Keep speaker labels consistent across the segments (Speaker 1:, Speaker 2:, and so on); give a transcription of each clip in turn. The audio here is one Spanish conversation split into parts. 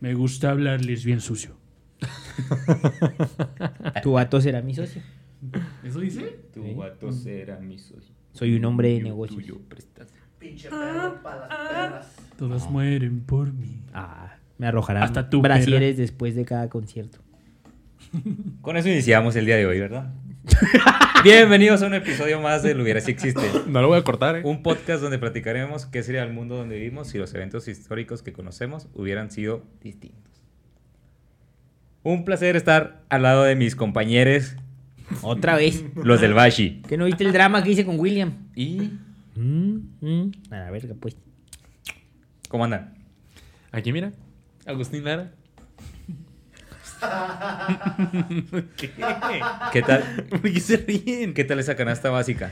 Speaker 1: Me gusta hablarles bien sucio.
Speaker 2: Tu vato será mi socio.
Speaker 1: ¿Eso dice?
Speaker 3: Tu
Speaker 2: Sí.
Speaker 3: vato será mi socio.
Speaker 2: Soy un hombre de
Speaker 3: Yo
Speaker 2: negocios.
Speaker 3: tuyo prestas.
Speaker 4: Pinche perro para las perras.
Speaker 1: Todas
Speaker 5: Ah.
Speaker 1: mueren por mí.
Speaker 2: Ah, me arrojarán
Speaker 1: Hasta tú,
Speaker 2: brasieres después de cada concierto.
Speaker 3: Con eso iniciamos el día de hoy, ¿verdad? Bienvenidos a un episodio más de Lo hubiera si existe.
Speaker 5: No lo voy a cortar, ¿eh?
Speaker 3: Un podcast donde platicaremos qué sería el mundo donde vivimos si los eventos históricos que conocemos hubieran sido distintos. Un placer estar al lado de mis compañeros,
Speaker 2: Otra vez.
Speaker 3: los del Bashi.
Speaker 2: ¿Que no viste el drama que hice con William?
Speaker 3: ¿Y
Speaker 2: Mm, mm, A la verga, pues.
Speaker 3: cómo andan?
Speaker 5: Aquí mira, Agustín Lara.
Speaker 3: ¿Qué tal?
Speaker 5: ¿Por qué se ríen?
Speaker 3: ¿Qué tal esa canasta básica?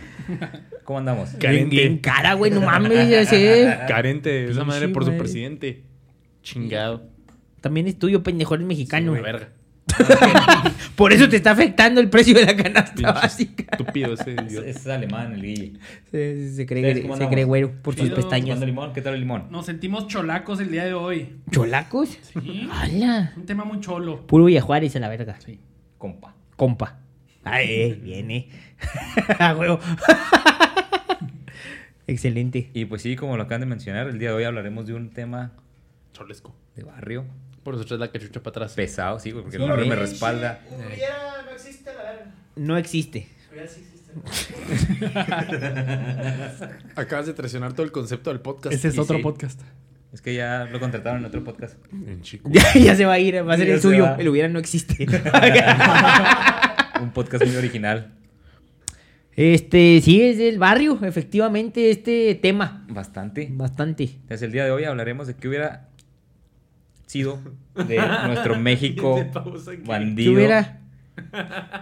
Speaker 3: ¿Cómo andamos?
Speaker 2: Bien,
Speaker 5: Carente.
Speaker 2: bien cara, güey, no mames, ya sé.
Speaker 5: Carente, esa madre por su
Speaker 2: madre.
Speaker 5: presidente. Chingado.
Speaker 2: También es tuyo, pendejo, eres mexicano.
Speaker 5: La verga.
Speaker 2: Por eso te está afectando el precio de la canasta
Speaker 5: Pinche
Speaker 2: básica.
Speaker 5: Estúpido ese
Speaker 3: Es,
Speaker 5: idiota.
Speaker 3: es alemán el Guille.
Speaker 2: Se, se cree,
Speaker 3: ¿Ustedes cómo
Speaker 2: se
Speaker 3: andamos?
Speaker 2: cree güero por sus
Speaker 1: Chido,
Speaker 2: pestañas.
Speaker 3: ¿Cuándo limón? ¿Qué tal el limón?
Speaker 1: Nos sentimos cholacos el día de hoy.
Speaker 2: ¿Cholacos?
Speaker 1: Sí.
Speaker 2: ¡Hala!
Speaker 1: Un tema muy cholo.
Speaker 2: Puro Villajuárez a la verga.
Speaker 1: Sí.
Speaker 3: Compa.
Speaker 2: Compa. Ay, eh, viene. A huevo. Excelente.
Speaker 3: Y pues sí, como lo acaban de mencionar, el día de hoy hablaremos de un tema
Speaker 5: Cholesco.
Speaker 3: de barrio
Speaker 5: Por nosotros la cachucha para atrás.
Speaker 3: pesado, sí, güey, porque el nombre me
Speaker 4: Pinche
Speaker 3: respalda.
Speaker 4: Hubiera, no existe la verga.
Speaker 2: No existe.
Speaker 4: Hubiera sí existe.
Speaker 5: Acabas de traicionar todo el concepto del podcast.
Speaker 1: Ese es
Speaker 5: Y
Speaker 1: otro
Speaker 5: sí,
Speaker 1: podcast.
Speaker 3: Es que ya lo contrataron en otro podcast.
Speaker 5: En chico.
Speaker 2: Ya, ya se va a ir, va a ser
Speaker 3: Ya
Speaker 2: el
Speaker 3: se
Speaker 2: suyo.
Speaker 3: va.
Speaker 2: El hubiera no existe.
Speaker 3: Un podcast muy original.
Speaker 2: este, sí, es del barrio, efectivamente, este tema.
Speaker 3: Bastante.
Speaker 2: Bastante.
Speaker 3: Entonces el día de hoy hablaremos de qué hubiera sido de nuestro México
Speaker 5: Bien de pausa aquí.
Speaker 2: Si
Speaker 3: bandido.
Speaker 2: hubiera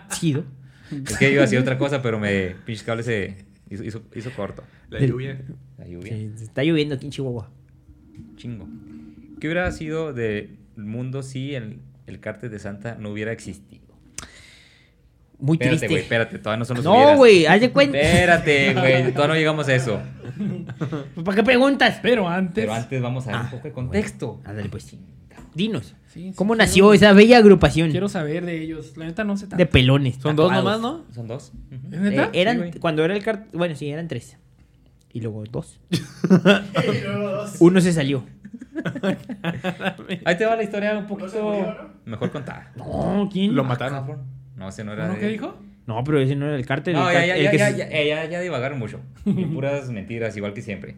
Speaker 2: sido
Speaker 3: Es que yo iba a decir otra cosa, pero me pinche cable se hizo, hizo- hizo corto.
Speaker 5: La
Speaker 2: Del-
Speaker 5: lluvia.
Speaker 3: La lluvia.
Speaker 2: Sí, se está lloviendo aquí en Chihuahua.
Speaker 3: Chingo. ¿Qué hubiera sido del mundo si el, el cártel de Santa no hubiera existido?
Speaker 2: Muy
Speaker 3: Espérate, güey,
Speaker 2: triste.
Speaker 3: espérate. Todavía no son los
Speaker 2: no,
Speaker 3: hubieras.
Speaker 2: güey, haz de cuenta.
Speaker 3: Espérate, güey. Todavía no llegamos a eso.
Speaker 2: ¿Para qué preguntas?
Speaker 1: Pero antes.
Speaker 3: Pero antes vamos a dar un
Speaker 2: Ah.
Speaker 3: poco de contexto.
Speaker 2: Ándale, pues. Dinos.
Speaker 1: Sí, sí,
Speaker 2: ¿Cómo
Speaker 1: quiero-
Speaker 2: nació esa bella agrupación
Speaker 1: Quiero saber de ellos. La neta no sé tanto.
Speaker 2: de pelones?
Speaker 5: Son dos
Speaker 2: tatuados?
Speaker 5: nomás, ¿no?
Speaker 3: ¿Son dos? Ujú.
Speaker 1: ¿Es neta?
Speaker 2: Eh, eran,
Speaker 3: Sí, güey.
Speaker 2: cuando era el cartel. Bueno, sí, eran tres. Y luego dos.
Speaker 4: Y luego dos.
Speaker 2: Uno se salió.
Speaker 3: Ahí te va la historia un
Speaker 4: se murió,
Speaker 3: poquito mejor contada. Ah,
Speaker 2: No, ¿quién?
Speaker 5: Lo mataron.
Speaker 3: Cabrón. No, ese no era.
Speaker 1: ¿Uno
Speaker 3: de-
Speaker 1: qué dijo?
Speaker 2: No, pero ese no era el cártel.
Speaker 3: No,
Speaker 2: el
Speaker 3: ya,
Speaker 2: cártel-
Speaker 3: ya,
Speaker 2: el
Speaker 3: ya,
Speaker 2: que
Speaker 3: ya,
Speaker 2: se-
Speaker 3: ya, eh, ya, ya divagaron mucho. Y puras mentiras, igual que siempre.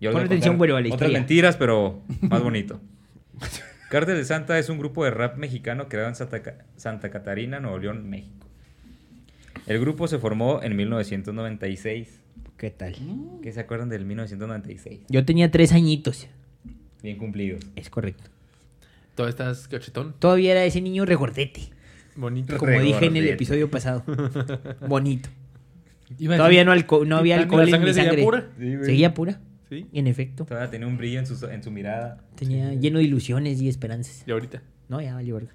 Speaker 3: Yo les
Speaker 2: Pon
Speaker 3: voy a
Speaker 2: atención,
Speaker 3: contar
Speaker 2: güero, a la
Speaker 3: Otras
Speaker 2: historia.
Speaker 3: mentiras, pero más bonito. Cártel de Santa es un grupo de rap mexicano creado en Santa, Ca- Santa Catarina, Nuevo León, México. El grupo se formó en 1996.
Speaker 2: ¿Qué tal?
Speaker 3: ¿Qué se acuerdan del 1996?
Speaker 2: Yo tenía tres añitos.
Speaker 3: Bien cumplidos.
Speaker 2: Es correcto.
Speaker 5: Todo estás cachetón.
Speaker 2: Todavía era ese niño regordete.
Speaker 5: Bonito.
Speaker 2: Como dije en el
Speaker 3: Regordete.
Speaker 2: episodio pasado. Bonito.
Speaker 1: Iba a
Speaker 2: Todavía
Speaker 1: decir-
Speaker 2: no, alco- no había
Speaker 5: La
Speaker 2: alcohol en mi
Speaker 5: sangre seguía
Speaker 2: sangre.
Speaker 5: pura.
Speaker 3: Pues Sí, güey.
Speaker 2: Seguía pura.
Speaker 5: Sí.
Speaker 2: En efecto.
Speaker 3: Todavía tenía un brillo en su, en su mirada.
Speaker 2: Tenía lleno de ilusiones y esperanzas.
Speaker 5: Y ahorita.
Speaker 2: No, ya valió verga.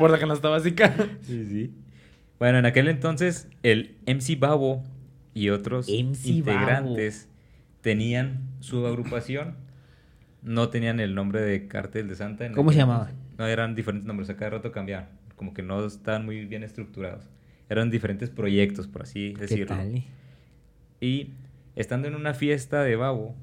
Speaker 5: Por la canasta básica.
Speaker 3: Sí, sí. Bueno, en aquel entonces el MC Babo y otros
Speaker 2: MC Babo.
Speaker 3: integrantes tenían su agrupación. No tenían el nombre de Cártel de Santa. en
Speaker 2: ¿Cómo
Speaker 3: aquel
Speaker 2: se llamaba?
Speaker 3: entonces. No, eran diferentes nombres. A cada rato cambiaban. Como que no estaban muy bien estructurados. Eran diferentes proyectos, por así
Speaker 2: ¿Qué
Speaker 3: decirlo.
Speaker 2: tal? eh?
Speaker 3: Y estando en una fiesta de Babo,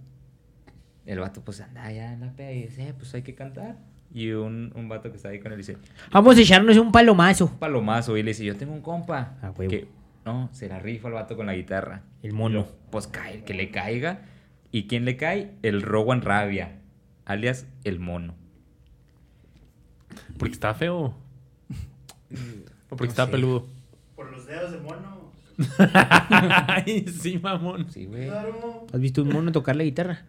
Speaker 3: el vato pues anda ya en la peda y dice, "Eh, pues hay que cantar. Y un, un vato que está ahí con él dice,
Speaker 2: Vamos a echarnos un palomazo.
Speaker 3: palomazo y le dice, yo tengo un compa
Speaker 2: A Ah, huevo.
Speaker 3: que no, se la rifa al vato con la guitarra.
Speaker 2: El mono.
Speaker 3: Pues cae, que le caiga. ¿Y quién le cae? El Rowan Rabia, alias el mono.
Speaker 5: Porque está feo. O porque está peludo.
Speaker 4: Por los dedos de mono.
Speaker 5: Ay, sí, mamón.
Speaker 3: Sí, güey.
Speaker 4: Claro.
Speaker 2: ¿Has visto un mono tocar la guitarra?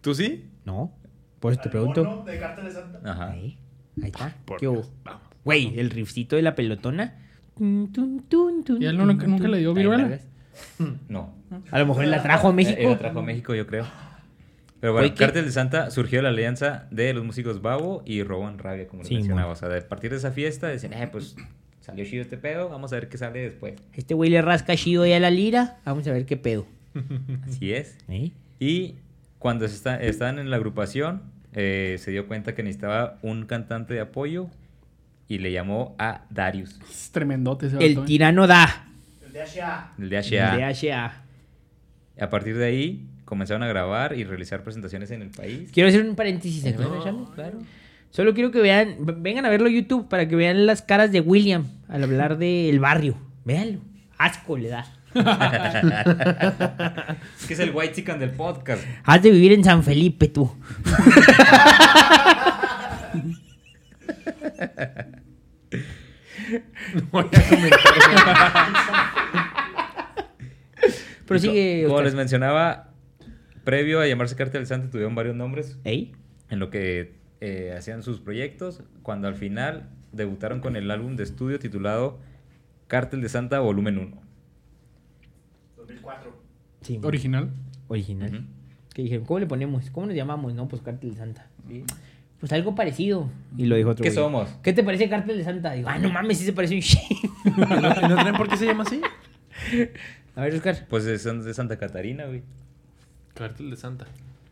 Speaker 5: ¿Tú sí?
Speaker 2: No. Por eso te
Speaker 4: Al
Speaker 2: pregunto.
Speaker 4: mono De Cartel de Santa.
Speaker 3: Ajá.
Speaker 2: Ahí, ahí está.
Speaker 5: Por
Speaker 2: ¿Qué hubo?
Speaker 5: Dios, vamos.
Speaker 2: Güey, el rifcito de la pelotona. Tun, tun, tun, tun,
Speaker 1: ¿Y él
Speaker 2: tun,
Speaker 1: no- nunca
Speaker 2: tun.
Speaker 1: le dio
Speaker 2: Ahí
Speaker 1: viruela?
Speaker 2: largas.
Speaker 3: No.
Speaker 2: A lo mejor la trajo a México.
Speaker 3: Él lo trajo a México, yo creo. Pero bueno,
Speaker 2: Oye, ¿qué?
Speaker 3: Cártel de Santa surgió de la alianza de los músicos Babo y Rowan Rabia, como les
Speaker 2: Sí,
Speaker 3: mencionaba.
Speaker 2: mon.
Speaker 3: O sea, a partir de esa fiesta decían, eh, pues salió chido este pedo, vamos a ver qué sale después.
Speaker 2: Este güey le rasca chido ya la lira. Vamos a ver qué pedo.
Speaker 3: Así es.
Speaker 2: ¿Eh?
Speaker 3: Y cuando se está- estaban en la agrupación, eh, se dio cuenta que necesitaba un cantante de apoyo y le llamó a Darius,
Speaker 1: Es tremendote ese
Speaker 2: El
Speaker 1: vato, ¿eh?
Speaker 2: tirano da.
Speaker 4: El de Asha.
Speaker 3: el de
Speaker 2: De
Speaker 3: H.A.
Speaker 2: HA.
Speaker 3: A partir de ahí comenzaron a grabar y realizar presentaciones en el país.
Speaker 2: Quiero hacer un paréntesis.
Speaker 5: Eh,
Speaker 2: ¿se acuerdan, Charlie? Solo quiero que vean, v- vengan a verlo a YouTube para que vean las caras de William al hablar del barrio. Véanlo. Asco le da.
Speaker 3: Es que es el White Chicken del podcast.
Speaker 2: Has de vivir en San Felipe tú.
Speaker 5: Voy a comentar.
Speaker 2: Pero
Speaker 3: Y co-
Speaker 2: sigue.
Speaker 3: Como
Speaker 2: Oscar.
Speaker 3: les mencionaba, previo a llamarse Cártel del Santo tuvieron varios nombres
Speaker 2: ¿Ey?
Speaker 3: en lo que eh, hacían sus proyectos, cuando al final debutaron con el álbum de estudio titulado Cártel de Santa Volumen 1.
Speaker 4: 2004.
Speaker 2: Sí,
Speaker 1: Original.
Speaker 2: original.
Speaker 3: Ujú.
Speaker 2: Que dijeron, ¿cómo le ponemos? ¿Cómo nos llamamos? No, pues Cártel de Santa. Pues algo parecido. Y lo dijo otro.
Speaker 3: Mm. ¿Qué
Speaker 2: güey.
Speaker 3: somos?
Speaker 2: ¿Qué te parece Cártel de Santa? Digo, ah, no mames, sí se parece un shit.
Speaker 5: ¿No, ¿No creen por qué se llama así?
Speaker 2: A ver, Oscar.
Speaker 3: Pues es de Santa Catarina, güey.
Speaker 5: Cártel de Santa.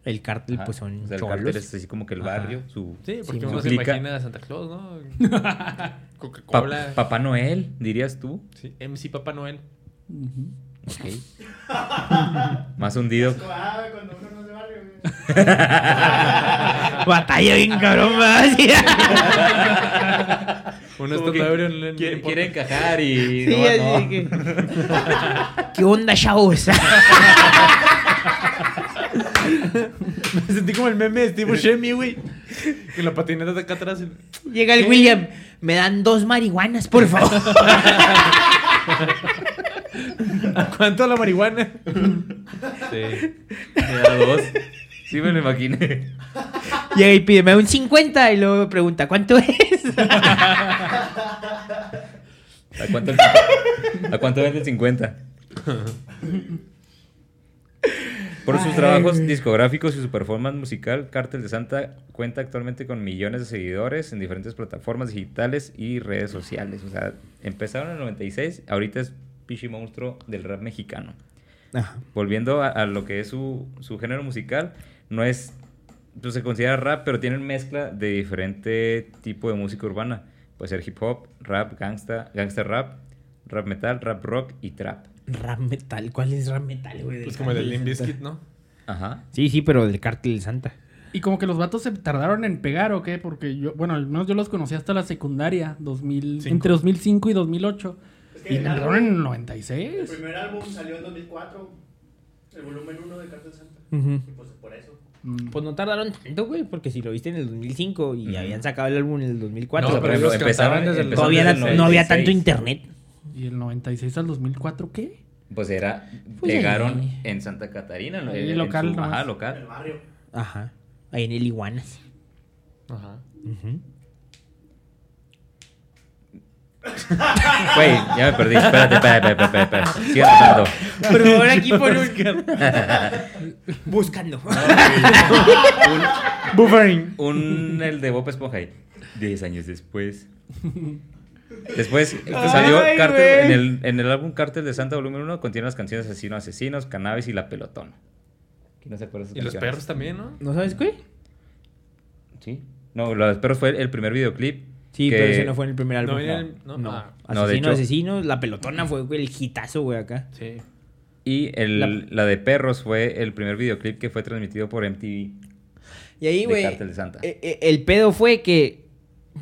Speaker 2: El cártel,
Speaker 3: Ajá.
Speaker 2: pues son
Speaker 3: O sea, el
Speaker 2: cholos.
Speaker 3: cártel es así como que el
Speaker 5: Ajá.
Speaker 3: barrio, su
Speaker 5: Sí, porque
Speaker 2: Sí,
Speaker 5: uno
Speaker 3: no.
Speaker 5: se
Speaker 3: Implica-
Speaker 5: imagina a Santa Claus, ¿no?
Speaker 3: Pa-
Speaker 5: Coca-Cola.
Speaker 3: Papá Noel, dirías tú.
Speaker 5: sí, MC Papá Noel.
Speaker 3: Ok. Más hundido.
Speaker 4: Ah, cuando uno no es de barrio, güey.
Speaker 2: Batalla bien cabrón, ¿verdad? Sí.
Speaker 5: Uno está
Speaker 3: Como que
Speaker 5: todo ebrio, no le- no le
Speaker 3: Quiere,
Speaker 5: importa.
Speaker 3: quiere encajar y.
Speaker 2: Sí,
Speaker 3: no,
Speaker 2: así
Speaker 3: no.
Speaker 2: que- ¿Qué onda, chavos?
Speaker 5: Me sentí como el meme de Steve Buscemi, güey. Que la patineta de acá atrás.
Speaker 2: Llega el William. Me dan dos marihuanas, por favor.
Speaker 5: ¿A cuánto la marihuana?
Speaker 3: Sí. Me da dos. Sí, me lo imaginé.
Speaker 2: Llega y pide, me da un 50 y luego pregunta, ¿cuánto es?
Speaker 3: ¿A cuánto, el- ¿A cuánto vende el 50? Por sus
Speaker 2: Ay,
Speaker 3: trabajos
Speaker 2: güey.
Speaker 3: discográficos y su performance musical, Cártel de Santa cuenta actualmente con millones de seguidores en diferentes plataformas digitales y redes sociales. O sea, empezaron en el 96, ahorita es pichi monstruo del rap mexicano. Volviendo a, a lo que es su, su género musical, no es. pues, se considera rap, pero tienen mezcla de diferente tipo de música urbana. Puede ser hip hop, rap, gangsta, gangster rap, rap metal, rap rock y trap.
Speaker 2: Rap metal, ¿cuál es rap metal, güey?
Speaker 5: Pues como el del Limp
Speaker 2: Cártel Santa.
Speaker 5: Bizkit, ¿no?
Speaker 3: Ajá.
Speaker 2: Sí, sí, pero del cártel Santa.
Speaker 1: Y como que los vatos se tardaron en pegar o qué, porque yo, bueno, al menos yo los conocí hasta la secundaria, 2000,
Speaker 5: Cinco.
Speaker 1: entre 2005 y 2008.
Speaker 4: Es
Speaker 1: Y
Speaker 4: que el,
Speaker 1: tardaron
Speaker 4: álbum-
Speaker 1: en el
Speaker 4: el
Speaker 1: 96.
Speaker 4: primer álbum salió en 2004. El volumen 1 de Cartel Santa. Y pues por eso.
Speaker 1: Mm.
Speaker 2: Pues no tardaron tanto, güey, porque si lo viste en el 2005 y
Speaker 3: Ujú.
Speaker 2: habían sacado el álbum en el 2004,
Speaker 5: No,
Speaker 3: O sea,
Speaker 5: pero ellos cantaban desde el-
Speaker 3: empezaron
Speaker 2: todavía
Speaker 3: desde
Speaker 2: no-
Speaker 3: el
Speaker 2: no había
Speaker 3: 96.
Speaker 2: tanto internet.
Speaker 1: Y el 96 al 2004, ¿qué?
Speaker 3: Pues era.
Speaker 2: Pues ahí.
Speaker 3: llegaron en Santa Catarina, ¿no?
Speaker 1: Ahí
Speaker 3: En
Speaker 1: local
Speaker 3: su-
Speaker 1: nomás.
Speaker 3: ajá,
Speaker 4: En el
Speaker 3: local.
Speaker 4: barrio.
Speaker 2: Ajá. Ahí en el Iguanas.
Speaker 5: Ajá.
Speaker 3: Güey, ya me perdí. Espérate, espérate, espérate, espérate. espérate. Sigue tocando.
Speaker 2: Pero ahora aquí por un... Buscando.
Speaker 5: Buffering.
Speaker 3: Un, el de Bob Esponja ahí. Diez años después. Después salió
Speaker 2: Ay,
Speaker 3: Cártel-
Speaker 2: güey.
Speaker 3: en, el, en el álbum Cártel de Santa Volumen 1 contiene las canciones Asesino Asesinos, Cannabis y La Pelotona. ¿Quién no se acuerda de esas
Speaker 5: Y los
Speaker 3: canciones?
Speaker 5: perros también, ¿no?
Speaker 2: ¿No sabes qué?
Speaker 3: Sí. No, Los Perros fue el, el primer videoclip.
Speaker 2: Sí,
Speaker 3: que-
Speaker 2: pero ese no fue en el primer
Speaker 5: No,
Speaker 2: álbum.
Speaker 5: era el- no, ah.
Speaker 3: No, de
Speaker 2: Asesino,
Speaker 3: hecho-
Speaker 2: asesino. La pelotona fue güey, el hitazo, güey, acá.
Speaker 5: Sí.
Speaker 3: Y el-
Speaker 2: La-
Speaker 3: la... de Perros fue el primer videoclip que fue transmitido por MTV.
Speaker 2: Y ahí,
Speaker 3: De
Speaker 2: güey.
Speaker 3: Cártel de Santa.
Speaker 2: eh, eh, el pedo fue que,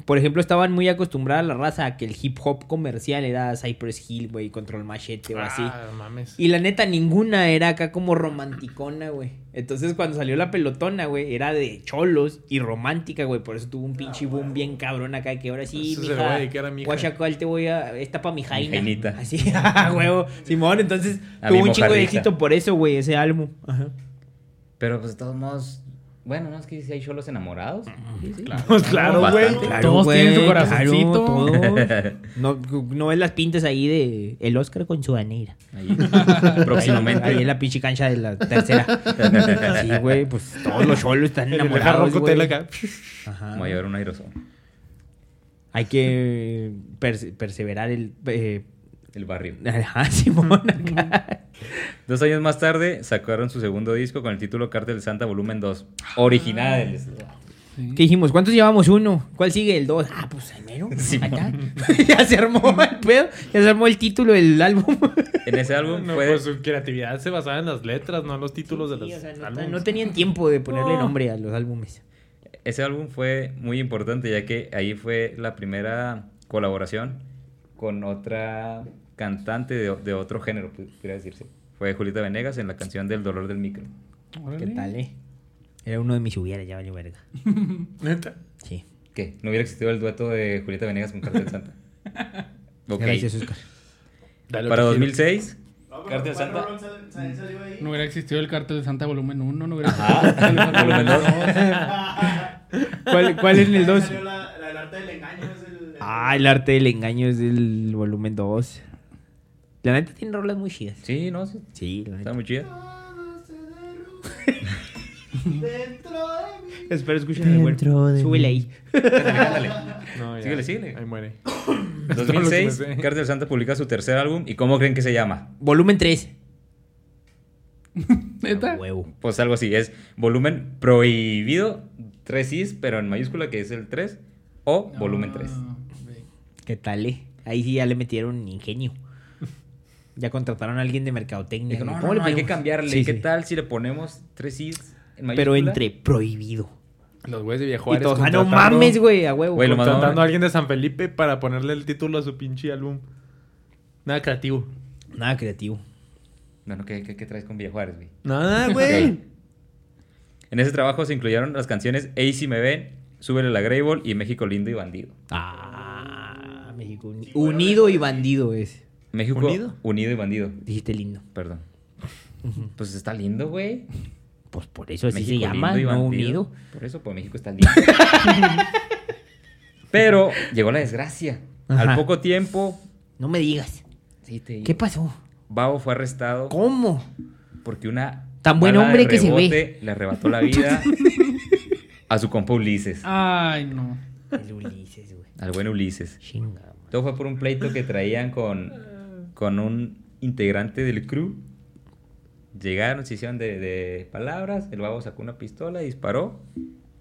Speaker 2: por ejemplo, estaban muy acostumbradas la raza a que el hip hop comercial era Cypress Hill, güey, Control Machete o así.
Speaker 5: Ah, mames.
Speaker 2: Y la neta, ninguna era acá como romanticona, güey. Entonces, cuando salió la pelotona, güey, era de cholos y romántica, güey. Por eso tuvo un pinche boom bien cabrón acá, que ahora sí,
Speaker 5: Ah, Eso se lo voy a
Speaker 2: mija,
Speaker 5: dedicar a mi hija.
Speaker 2: Guachacual, te voy a... Esta pa' mi jaina.
Speaker 3: jainita.
Speaker 2: Así, ah, huevo. Simón, entonces,
Speaker 3: A mi
Speaker 2: tuvo un chingo de
Speaker 3: mojarrita.
Speaker 2: éxito por eso, güey, ese álbum. Ajá.
Speaker 3: Pero pues de todos modos, bueno, no es que si hay cholos enamorados.
Speaker 5: Mm,
Speaker 2: Pues claro,
Speaker 3: Bastante.
Speaker 2: güey.
Speaker 1: Todos tienen su corazoncito.
Speaker 2: todos. No, no ves las pintas ahí de el Oscar con su aneira.
Speaker 3: Ahí.
Speaker 2: Ahí en
Speaker 3: Próximamente.
Speaker 2: la pinche cancha de la tercera. Sí, güey, pues todos los cholos están
Speaker 5: El de Jarro
Speaker 2: enamorados,
Speaker 5: Cotel
Speaker 2: güey.
Speaker 5: acá.
Speaker 2: Ajá.
Speaker 3: Voy a llevar un aerosol.
Speaker 2: Hay que perse- perseverar el... eh,
Speaker 3: El barrio.
Speaker 2: Ajá, Simón acá.
Speaker 3: Dos años más tarde sacaron su segundo disco con el título Cártel de Santa Volumen 2. Original.
Speaker 1: Sí.
Speaker 2: ¿Qué dijimos? ¿Cuántos llevamos? Uno. ¿Cuál sigue? El dos. Ah, pues el mero.
Speaker 3: Sí,
Speaker 2: Acá. ya se armó el pedo. Ya se armó el título del álbum.
Speaker 3: En ese álbum
Speaker 5: No,
Speaker 3: fue...
Speaker 5: pues su creatividad se basaba en las letras, no en los títulos de los
Speaker 2: Sí, o sea, no,
Speaker 5: álbumes.
Speaker 2: no tenían tiempo de ponerle
Speaker 5: No.
Speaker 2: nombre a los álbumes.
Speaker 3: Ese álbum fue muy importante ya que ahí fue la primera colaboración con otra cantante de, de otro género, pu- pudiera decirse. Fue Julieta Venegas en la canción del dolor del micro.
Speaker 1: Órale.
Speaker 2: ¿Qué tal, eh? Era uno de mis hubieras, ya valió verga.
Speaker 5: Neta.
Speaker 2: Sí.
Speaker 3: ¿Qué? ¿No hubiera existido el dueto de Julieta Venegas con Cartel Santa? Ok.
Speaker 2: Gracias, Oscar.
Speaker 5: Dale
Speaker 3: Para
Speaker 5: otro giro.
Speaker 3: 2006,
Speaker 4: No, pero
Speaker 3: Cártel
Speaker 4: Juan
Speaker 3: Santa.
Speaker 4: Ramón Sa- Sainz salió ahí.
Speaker 1: No hubiera existido el cartel de Santa volumen 1, no hubiera
Speaker 3: Ajá.
Speaker 1: existido el
Speaker 5: Ah.
Speaker 1: Cartel de
Speaker 3: Volumen
Speaker 1: Santa
Speaker 3: dos.
Speaker 1: volumen 2.
Speaker 2: ¿Cuál, cuál es el
Speaker 4: Ahí
Speaker 2: 2?
Speaker 4: salió la, la del arte del engaño. Es el, el-
Speaker 2: Ah, el arte del engaño es del volumen 2. La neta tiene rolas muy chidas.
Speaker 3: Sí, no, sí,
Speaker 2: Sí, la
Speaker 3: está
Speaker 2: neta.
Speaker 3: muy chida.
Speaker 4: Todo se derrumba Dentro de mí.
Speaker 2: Espero escuchen el vuelo. Súbele ahí.
Speaker 5: No, ya.
Speaker 3: Síguele, síguele.
Speaker 5: Ahí muere. todo lo que me
Speaker 3: 2006,
Speaker 5: sé.
Speaker 3: Cartel Santa publica su tercer álbum. ¿Y cómo creen que se llama?
Speaker 2: Volumen 3.
Speaker 1: ¿Neta?
Speaker 2: Huevo.
Speaker 3: Pues algo así, es volumen prohibido, 3 is, pero en mayúscula que es el 3, o volumen 3.
Speaker 1: Ah, ok.
Speaker 2: ¿Qué tal, eh? Ahí sí ya le metieron ingenio. Ya contrataron a alguien de mercadotecnia.
Speaker 3: Dijo, no,
Speaker 2: ¿Cómo
Speaker 3: no,
Speaker 2: le
Speaker 3: no, hay que
Speaker 2: ponemos?
Speaker 3: cambiarle.
Speaker 2: Sí,
Speaker 3: ¿Qué
Speaker 2: sí.
Speaker 3: tal si le ponemos tres is en mayúscula?
Speaker 2: Pero entre prohibido.
Speaker 5: Los güeyes de Viejo
Speaker 2: Y todos, ah, no mames, güey, a huevo.
Speaker 3: Güey, lo más
Speaker 5: Contratando
Speaker 3: mamón-
Speaker 5: a alguien de San Felipe para ponerle el título a su pinche álbum. Nada creativo.
Speaker 2: Nada creativo.
Speaker 3: No, no, ¿qué, qué, qué traes con Villa Juárez, güey?
Speaker 5: Nada,
Speaker 3: Ok. En ese trabajo se incluyeron las canciones Ey si me ven, Súbele la Greyball y México lindo y bandido.
Speaker 2: Ah, México. uni- unido y bandido es.
Speaker 3: México
Speaker 5: ¿Unido?
Speaker 3: unido, y bandido.
Speaker 2: Dijiste lindo.
Speaker 3: Perdón. Pues está lindo, güey.
Speaker 2: Pues por eso así
Speaker 3: México
Speaker 2: se llama,
Speaker 3: lindo y
Speaker 2: no
Speaker 3: bandido.
Speaker 2: unido.
Speaker 3: Por eso, pues México está lindo. Pero llegó la desgracia.
Speaker 2: Ajá.
Speaker 3: Al poco tiempo,
Speaker 2: No me digas.
Speaker 3: sí, te digo,
Speaker 2: ¿Qué pasó?
Speaker 3: Babo fue arrestado
Speaker 2: ¿Cómo?
Speaker 3: porque una
Speaker 2: Tan buen
Speaker 3: bala de
Speaker 2: hombre que se
Speaker 3: rebote
Speaker 2: ve.
Speaker 3: le arrebató la vida a su compa Ulises,
Speaker 1: Ay, no.
Speaker 2: El Ulises, güey.
Speaker 3: al buen Ulises.
Speaker 2: Chinga, man.
Speaker 3: Todo fue por un pleito que traían con, con un integrante del crew. Llegaron, se hicieron de, de palabras, el babo sacó una pistola, disparó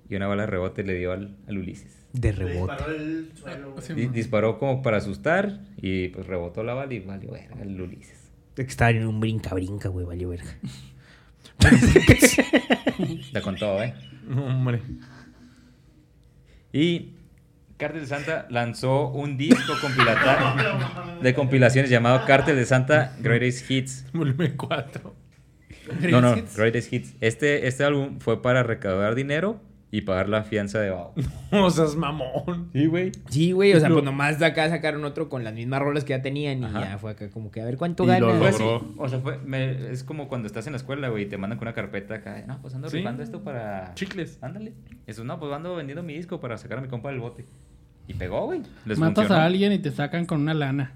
Speaker 3: y una bala de rebote le dio al, al Ulises.
Speaker 2: De
Speaker 4: Le
Speaker 2: rebote.
Speaker 4: disparó el suelo. güey.
Speaker 1: Sí,
Speaker 3: Di-
Speaker 1: man.
Speaker 3: disparó como para asustar y pues rebotó la bala y valió verga al Ulises.
Speaker 2: Estar en un brinca-brinca, güey, valió verga.
Speaker 3: La contó, ¿eh?
Speaker 5: Hombre.
Speaker 3: Y Cártel de Santa lanzó un disco compilata- de compilaciones llamado Cártel de Santa Greatest Hits.
Speaker 5: Volumen 4.
Speaker 3: No, no, Greatest Hits. Este, este álbum fue para recaudar dinero y pagar la fianza de Bao.
Speaker 5: No seas mamón.
Speaker 3: Sí, güey.
Speaker 2: Sí, güey, o sea, pues nomás de acá sacaron otro con las mismas rolas que ya tenían y
Speaker 3: Ajá.
Speaker 2: ya fue acá como que a ver cuánto
Speaker 5: Y
Speaker 2: gana.
Speaker 5: lo
Speaker 3: Fue así.
Speaker 5: logró.
Speaker 3: Pues, O sea, fue, me- es como cuando estás en la escuela, güey, y te mandan con una carpeta acá. No, pues ando
Speaker 5: Sí.
Speaker 3: rifando esto para...
Speaker 5: Chicles.
Speaker 3: Ándale. Eso, no, pues ando vendiendo mi disco para sacar a mi compa del bote. Y pegó, güey. Les
Speaker 1: Matas
Speaker 3: funcionó.
Speaker 1: a alguien y te sacan con una lana.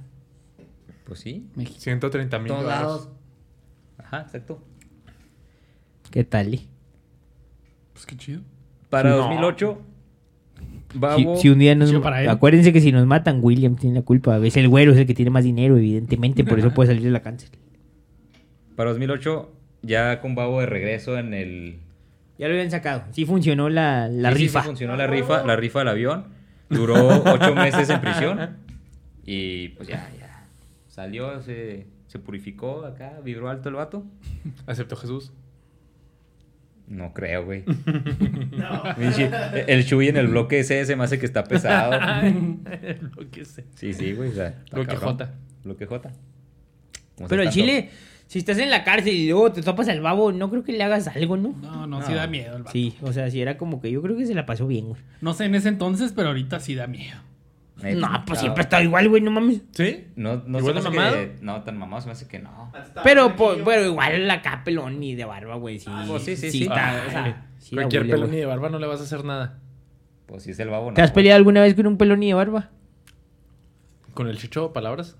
Speaker 3: Pues sí.
Speaker 1: México.
Speaker 5: 130 mil
Speaker 3: Todos
Speaker 5: dólares.
Speaker 3: lados. Ajá, exacto.
Speaker 2: ¿Qué tal? eh?
Speaker 1: Pues qué chido.
Speaker 3: Para
Speaker 5: No.
Speaker 3: 2008,
Speaker 2: Si,
Speaker 3: Babo...
Speaker 2: si un día nos
Speaker 1: Chido para él.
Speaker 2: acuérdense que si nos matan, William tiene la culpa. Es el güero, es el que tiene más dinero, evidentemente, por eso puede salir de la cárcel.
Speaker 3: Para 2008, ya con Babo de regreso en el...
Speaker 2: Ya lo habían sacado. Sí funcionó la, la
Speaker 3: Sí, sí, sí
Speaker 2: rifa.
Speaker 3: funcionó la rifa, la rifa del avión. Duró ocho meses en prisión. Y pues ya, ya. Salió, se, se purificó acá, vibró alto el vato.
Speaker 5: Aceptó Jesús.
Speaker 3: No creo, güey.
Speaker 4: No.
Speaker 3: Pinche- El Chuy en el bloque ese se me hace que está pesado.
Speaker 5: Lo que sé.
Speaker 3: Sí, sí, güey. o sea, está
Speaker 5: Bloque
Speaker 3: cabrón.
Speaker 5: J.
Speaker 3: Bloque J.
Speaker 2: Pero
Speaker 3: Como sea,
Speaker 2: el
Speaker 3: tanto-
Speaker 2: chile, si estás en la cárcel y luego te topas al babo, no creo que le hagas algo, ¿no?
Speaker 1: No, no, sí da miedo el vato.
Speaker 2: Sí, o sea, si era como que yo creo que se la pasó bien, güey.
Speaker 1: No sé en ese entonces, pero ahorita sí da miedo.
Speaker 3: Eh,
Speaker 2: No,
Speaker 3: está-
Speaker 2: pues siempre está igual, güey, no mames.
Speaker 5: ¿Sí?
Speaker 3: No, no se
Speaker 5: ¿Igual
Speaker 3: me
Speaker 5: de
Speaker 3: hace
Speaker 5: mamado?
Speaker 3: que- No, tan mamado se me hace que no.
Speaker 4: Hasta estaba
Speaker 2: Pero,
Speaker 4: aquí,
Speaker 2: pues,
Speaker 4: yo-
Speaker 2: pero igual la acá pelón y de barba, güey. Sí,
Speaker 3: Ah, pues sí, sí, sí.
Speaker 2: está-
Speaker 3: Ah,
Speaker 2: o sea,
Speaker 5: Órale.
Speaker 2: sí da
Speaker 5: Cualquier
Speaker 2: huele,
Speaker 5: pelo ni
Speaker 2: güey.
Speaker 5: de barba no le vas a hacer nada.
Speaker 3: Pues si es el babo, no.
Speaker 2: ¿Te has
Speaker 3: güey.
Speaker 2: peleado alguna vez con un pelón y de barba?
Speaker 5: Con el chicho, palabras.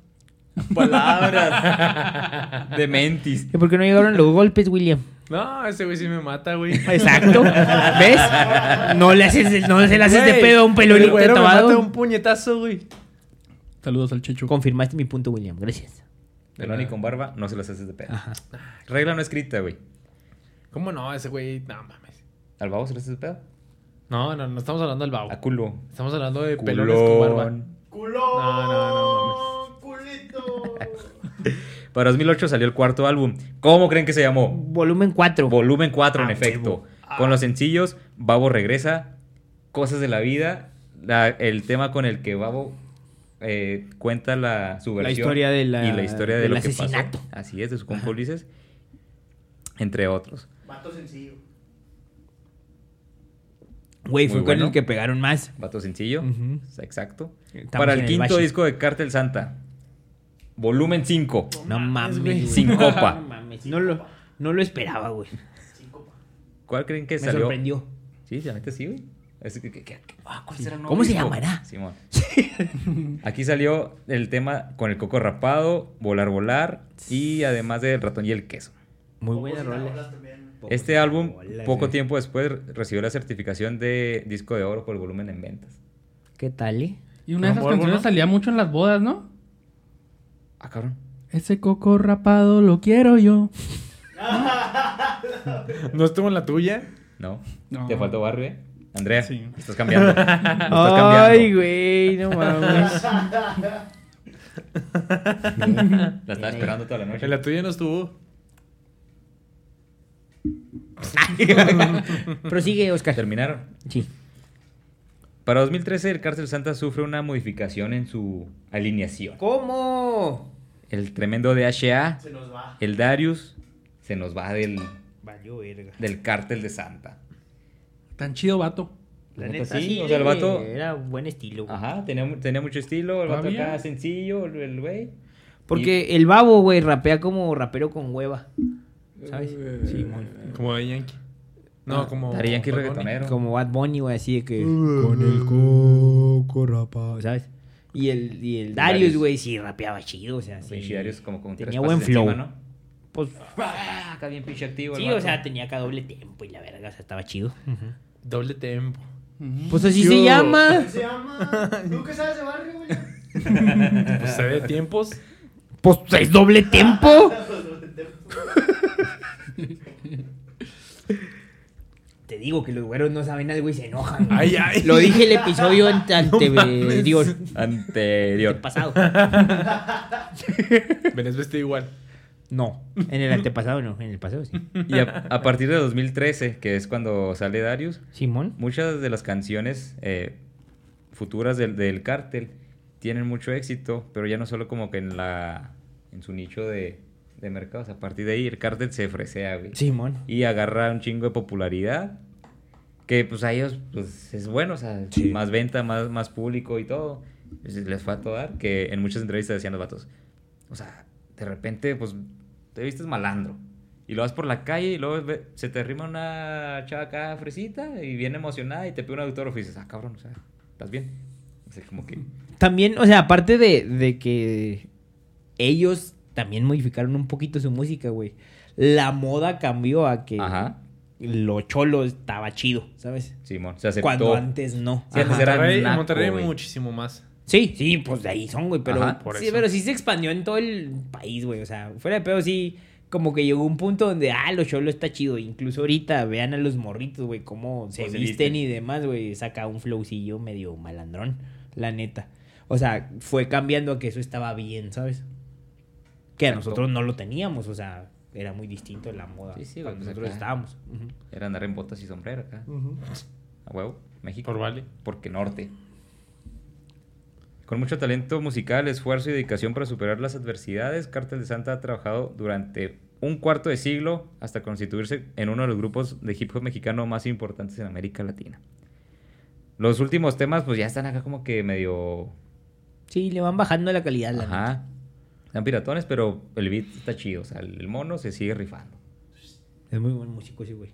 Speaker 3: Palabras. De mentis.
Speaker 2: ¿Y por qué no llegaron los golpes, William?
Speaker 5: No, ese güey sí me mata, güey.
Speaker 2: Exacto. ¿Ves? No le haces, no se le haces de
Speaker 5: Güey,
Speaker 2: pedo a un
Speaker 5: el
Speaker 2: pelonito
Speaker 5: güero me mata
Speaker 2: tabado.
Speaker 5: un puñetazo, güey.
Speaker 1: Saludos al Chechu.
Speaker 2: Confirmaste mi punto, William. Gracias.
Speaker 3: Pelón y con barba, no se las haces de pedo. Regla no escrita, güey.
Speaker 5: ¿Cómo no? Ese güey, no mames.
Speaker 3: ¿Al babo se le haces de pedo?
Speaker 5: No, no, no estamos hablando del babo.
Speaker 3: A culo.
Speaker 5: Estamos hablando de pelones con barba.
Speaker 3: Culón.
Speaker 4: ¡Culo!
Speaker 5: No, no,
Speaker 4: ¡Culito!
Speaker 3: Para 2008 salió el cuarto álbum. ¿Cómo creen que se llamó?
Speaker 2: Volumen 4.
Speaker 3: Volumen 4, en
Speaker 2: Ah,
Speaker 3: efecto.
Speaker 2: huevo. Ah.
Speaker 3: Con los sencillos, Babo regresa, Cosas de la vida, la- el tema con el que Babo eh, cuenta la, su
Speaker 2: La
Speaker 3: versión.
Speaker 2: historia de la-
Speaker 3: y la historia de
Speaker 2: del
Speaker 3: lo que
Speaker 2: asesinato.
Speaker 3: pasó. Así es, de su compa Ulises, entre otros.
Speaker 4: Vato sencillo.
Speaker 2: Güey, fue
Speaker 3: Muy
Speaker 2: con
Speaker 3: bueno.
Speaker 2: el que pegaron más.
Speaker 3: Vato sencillo,
Speaker 2: Ujú.
Speaker 3: exacto.
Speaker 2: Estamos
Speaker 3: Para
Speaker 2: en
Speaker 3: el
Speaker 2: el
Speaker 3: quinto
Speaker 2: bache.
Speaker 3: disco de Cártel Santa, volumen 5.
Speaker 2: No mames,
Speaker 5: güey.
Speaker 2: güey.
Speaker 3: Sin copa.
Speaker 2: No mames. No lo, no lo esperaba, güey.
Speaker 4: Cinco pa.
Speaker 3: ¿Cuál creen que
Speaker 2: Me
Speaker 3: salió?
Speaker 2: sorprendió.
Speaker 3: Sí, la neta sí, güey. Es que- que- que- ah, ¿cuál será el nuevo
Speaker 2: ¿Cómo se
Speaker 3: disco?
Speaker 2: llamará?
Speaker 3: Simón. Aquí salió el tema con el coco rapado, volar, volar y además del ratón y el queso.
Speaker 2: Muy
Speaker 4: Pocos
Speaker 2: buena
Speaker 4: inabolas
Speaker 2: rola.
Speaker 4: también.
Speaker 3: Este álbum,
Speaker 2: Hola,
Speaker 3: poco
Speaker 2: güey.
Speaker 3: tiempo después, recibió la certificación de disco de oro por volumen en ventas.
Speaker 2: ¿Qué tal, eh?
Speaker 1: Y una de esas
Speaker 5: Con Volvo,
Speaker 1: canciones
Speaker 5: ¿no?
Speaker 1: salía mucho en las bodas, ¿no?
Speaker 3: Ah, cabrón.
Speaker 1: Ese coco rapado lo quiero yo.
Speaker 5: ¿No estuvo en la tuya?
Speaker 3: No.
Speaker 1: No.
Speaker 3: Te faltó barrio, eh. Andrea,
Speaker 1: Sí.
Speaker 3: estás cambiando. Estás
Speaker 2: Ay,
Speaker 3: cambiando.
Speaker 2: güey, no mames.
Speaker 3: La estaba esperando toda la noche.
Speaker 5: En la tuya no estuvo.
Speaker 2: Prosigue, Oscar.
Speaker 3: Terminaron.
Speaker 2: Sí.
Speaker 3: Para 2013, el Cárcel Santa sufre una modificación en su alineación.
Speaker 2: ¿Cómo?
Speaker 3: El tremendo DHA,
Speaker 4: Se nos va.
Speaker 3: el Darius, se nos va del,
Speaker 2: Valió verga.
Speaker 3: del Cártel de Santa.
Speaker 1: Tan chido, vato.
Speaker 2: La
Speaker 3: La
Speaker 2: neta,
Speaker 3: neta,
Speaker 2: sí,
Speaker 3: sí, o sea, el vato-
Speaker 2: Era buen estilo. güey.
Speaker 3: Ajá, tenía, mu- tenía mucho estilo, el vato
Speaker 1: Había.
Speaker 3: acá sencillo, el- el güey.
Speaker 2: Porque el babo, güey, rapea como rapero con hueva. ¿Sabes? Sí, muy.
Speaker 5: Como de Yankee. No,
Speaker 2: Ah,
Speaker 5: como.
Speaker 3: Daddy Yankee
Speaker 5: Bad Bunny.
Speaker 3: reggaetonero.
Speaker 2: Como Bad Bunny, güey, así de que. Con el coco, rapaz. ¿Sabes? Y el, y el Darius,
Speaker 3: Darius.
Speaker 2: güey, sí rapeaba chido, o sea, sí.
Speaker 3: Pinche Darius como con
Speaker 2: Tenía
Speaker 3: tres
Speaker 2: buen
Speaker 3: pases
Speaker 2: flow.
Speaker 3: encima, ¿no?
Speaker 2: Pues,
Speaker 3: Ah, acá bien pinche activo el
Speaker 2: sí,
Speaker 3: vato.
Speaker 2: o sea, tenía acá doble tiempo y la verga, o sea, estaba chido.
Speaker 5: Doble tempo.
Speaker 1: Ujú.
Speaker 2: Pues así
Speaker 5: Yo-
Speaker 2: se llama.
Speaker 4: ¿Cómo se llama? ¿Tú qué sabes de barrio, güey?
Speaker 5: Pues se ve tiempos.
Speaker 2: Pues es doble tiempo. Te digo que los güeros no saben algo y se enojan. güey.
Speaker 5: Ay, ay.
Speaker 2: Lo dije el episodio ante- ante-
Speaker 5: mames.
Speaker 2: Dios,
Speaker 3: Anterior.
Speaker 2: antepasado.
Speaker 5: Venés vestido igual.
Speaker 2: No, en el antepasado no, en el pasado sí.
Speaker 3: Y a, a partir de 2013, que es cuando sale Darius,
Speaker 2: Simón.
Speaker 3: muchas de las canciones eh, futuras del, del cártel tienen mucho éxito, pero ya no solo como que en la en su nicho de, de mercados. A partir de ahí el cártel se fresea, güey.
Speaker 2: Simón.
Speaker 3: Y agarra un chingo de popularidad. Que pues a ellos pues, es bueno, o sea, más venta, más, más público y todo. Pues, les fue a todo dar que en muchas entrevistas decían los vatos, o sea, de repente pues te vistes malandro. Y lo vas por la calle y luego ve- se te arrima una chava acá fresita y bien emocionada y te pide un autógrafo y dices, ah, cabrón, o sea, ¿estás bien? O sea, como que...
Speaker 2: También, o sea, aparte de, de que ellos también modificaron un poquito su música, güey. La moda cambió a que
Speaker 3: Ajá,
Speaker 2: lo cholo estaba chido, ¿sabes?
Speaker 3: Simón, se aceptó.
Speaker 2: Cuando antes no.
Speaker 3: Sí, antes
Speaker 2: Ajá.
Speaker 3: era
Speaker 5: Monterrey,
Speaker 3: naco,
Speaker 5: Monterrey
Speaker 3: güey.
Speaker 5: muchísimo más.
Speaker 2: Sí, sí, pues de ahí son, güey, pero,
Speaker 3: Ajá,
Speaker 5: por
Speaker 2: sí,
Speaker 5: eso.
Speaker 2: pero sí se expandió en todo el país, güey, o sea, fuera de pedo sí, como que llegó un punto donde, ah, lo cholo está chido, incluso ahorita vean a los morritos, güey, cómo Pues se
Speaker 3: Cómo se
Speaker 2: visten,
Speaker 3: visten.
Speaker 2: y demás, güey, saca un flowcillo medio malandrón, la neta. O sea, fue cambiando a que eso estaba bien, ¿sabes? Que a
Speaker 3: Exacto.
Speaker 2: nosotros no lo teníamos, o sea, era muy distinto la moda.
Speaker 3: Sí, sí, güey,
Speaker 2: cuando
Speaker 3: pues
Speaker 2: nosotros
Speaker 3: acá.
Speaker 2: estábamos. Ujú.
Speaker 3: Era andar en botas y sombrero acá. A huevo, México.
Speaker 5: Por vale.
Speaker 3: Porque norte. Con mucho talento musical, esfuerzo y dedicación para superar las adversidades, Cártel de Santa ha trabajado durante un cuarto de siglo hasta constituirse en uno de los grupos de hip hop mexicano más importantes en América Latina. Los últimos temas pues ya están acá como que medio...
Speaker 2: Sí, le van bajando la calidad, la neta.
Speaker 3: Ajá. Están piratones, pero el beat está chido. O sea, el mono se sigue rifando.
Speaker 2: Es muy buen músico ese, güey.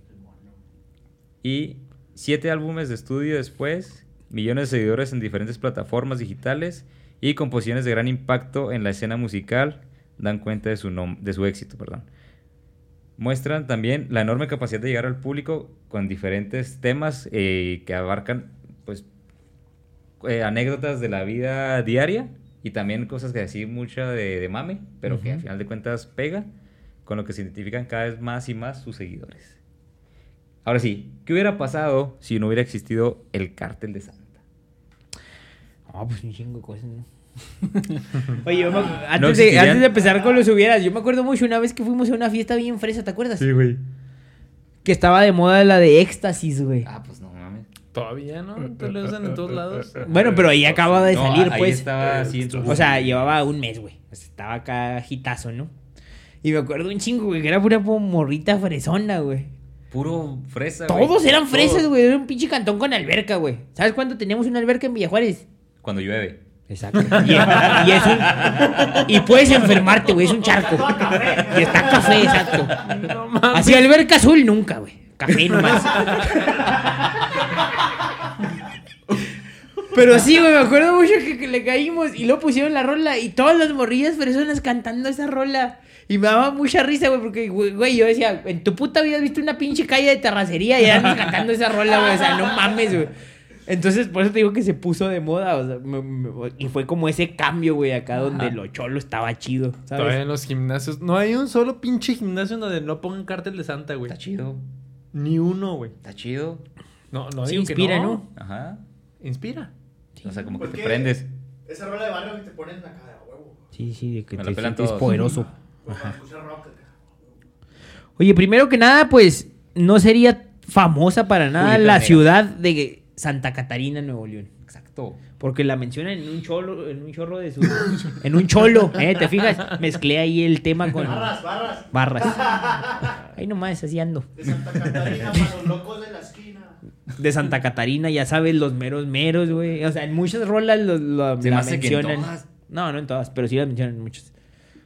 Speaker 3: Y siete álbumes de estudio después, millones de seguidores en diferentes plataformas digitales y composiciones de gran impacto en la escena musical dan cuenta de su, nom- de su éxito. Perdón. Muestran también la enorme capacidad de llegar al público con diferentes temas eh, que abarcan pues, eh, anécdotas de la vida diaria y también cosas que así mucha de, de mame, pero que al final de cuentas pega, con lo que se identifican cada vez más y más sus seguidores. Ahora sí, ¿qué hubiera pasado si no hubiera existido el cártel de Santa?
Speaker 2: Ah, pues un chingo de cosas, ¿no? Oye, yo me acu- antes, de,
Speaker 3: existirían-
Speaker 2: antes de empezar con los hubieras, yo me acuerdo mucho una vez que fuimos a una fiesta bien fresa, ¿te acuerdas?
Speaker 5: güey.
Speaker 2: Que estaba de moda la de éxtasis, güey.
Speaker 3: Ah, pues no mames.
Speaker 5: Todavía, ¿no? Te lo usan en todos lados.
Speaker 2: Bueno, pero ahí acaba de
Speaker 3: No,
Speaker 2: salir,
Speaker 3: ahí
Speaker 2: pues.
Speaker 3: estaba así en su-
Speaker 2: O sea, llevaba un mes, güey. O sea, Estaba acá agitazo, ¿no? Y me acuerdo un chingo, güey, que era pura po- morrita fresona, güey.
Speaker 3: puro fresa. güey.
Speaker 2: Todos eran fresas,
Speaker 3: Todos.
Speaker 2: güey. Era un pinche cantón con alberca, güey. ¿Sabes cuándo teníamos una alberca en Villajuárez?
Speaker 3: Cuando llueve.
Speaker 2: Exacto. Y, y es un- y puedes enfermarte, güey. Es un charco. Y está café, exacto. Así alberca azul nunca, güey. Café nomás. Pero sí, güey, me acuerdo mucho que, que le caímos y luego pusieron la rola y todas las morrillas personas cantando esa rola. Y me daba mucha risa, güey, porque, güey, güey, yo decía, en tu puta vida has visto una pinche calle de terracería y eran cantando esa rola, güey, o sea, no mames, güey. Entonces, por eso te digo que se puso de moda, o sea, me- me- y fue como ese cambio, güey, acá donde lo cholo estaba chido, ¿sabes?
Speaker 5: Todavía en los gimnasios. No hay un solo pinche gimnasio donde no pongan cártel de Santa, güey.
Speaker 3: Está chido.
Speaker 5: Ni uno, güey.
Speaker 3: Está chido.
Speaker 5: No, no
Speaker 2: Sí,
Speaker 5: digo
Speaker 2: inspira,
Speaker 5: que no.
Speaker 2: ¿no?
Speaker 3: Ajá.
Speaker 5: Inspira.
Speaker 3: O sea, como que
Speaker 4: ¿Por
Speaker 3: te
Speaker 4: qué?
Speaker 3: prendes.
Speaker 4: Esa rola de barrio que te ponen acá de huevo.
Speaker 2: Sí, sí, de que
Speaker 3: Me la
Speaker 2: te
Speaker 3: pelan
Speaker 2: sientes
Speaker 3: todos.
Speaker 2: poderoso.
Speaker 4: Pues cuando escuchas rock acá.
Speaker 2: Oye, primero que nada, pues no sería famosa para nada
Speaker 3: Julieta
Speaker 2: la
Speaker 3: Vegas.
Speaker 2: ciudad de Santa Catarina, Nuevo León.
Speaker 3: Exacto.
Speaker 2: Porque la mencionan en un cholo, en un chorro de su. en un cholo, ¿eh? ¿Te fijas? Mezclé ahí el tema con
Speaker 4: Barras, barras.
Speaker 2: barras. Ahí nomás, así ando.
Speaker 4: De Santa Catarina para los locos de la esquina.
Speaker 2: De Santa Catarina, ya sabes, los meros meros, güey. O sea, en muchas rolas lo, lo-
Speaker 3: Se
Speaker 2: la
Speaker 3: me hace que en
Speaker 2: mencionan.
Speaker 3: todas.
Speaker 2: No, no en todas, pero sí la mencionan en muchas.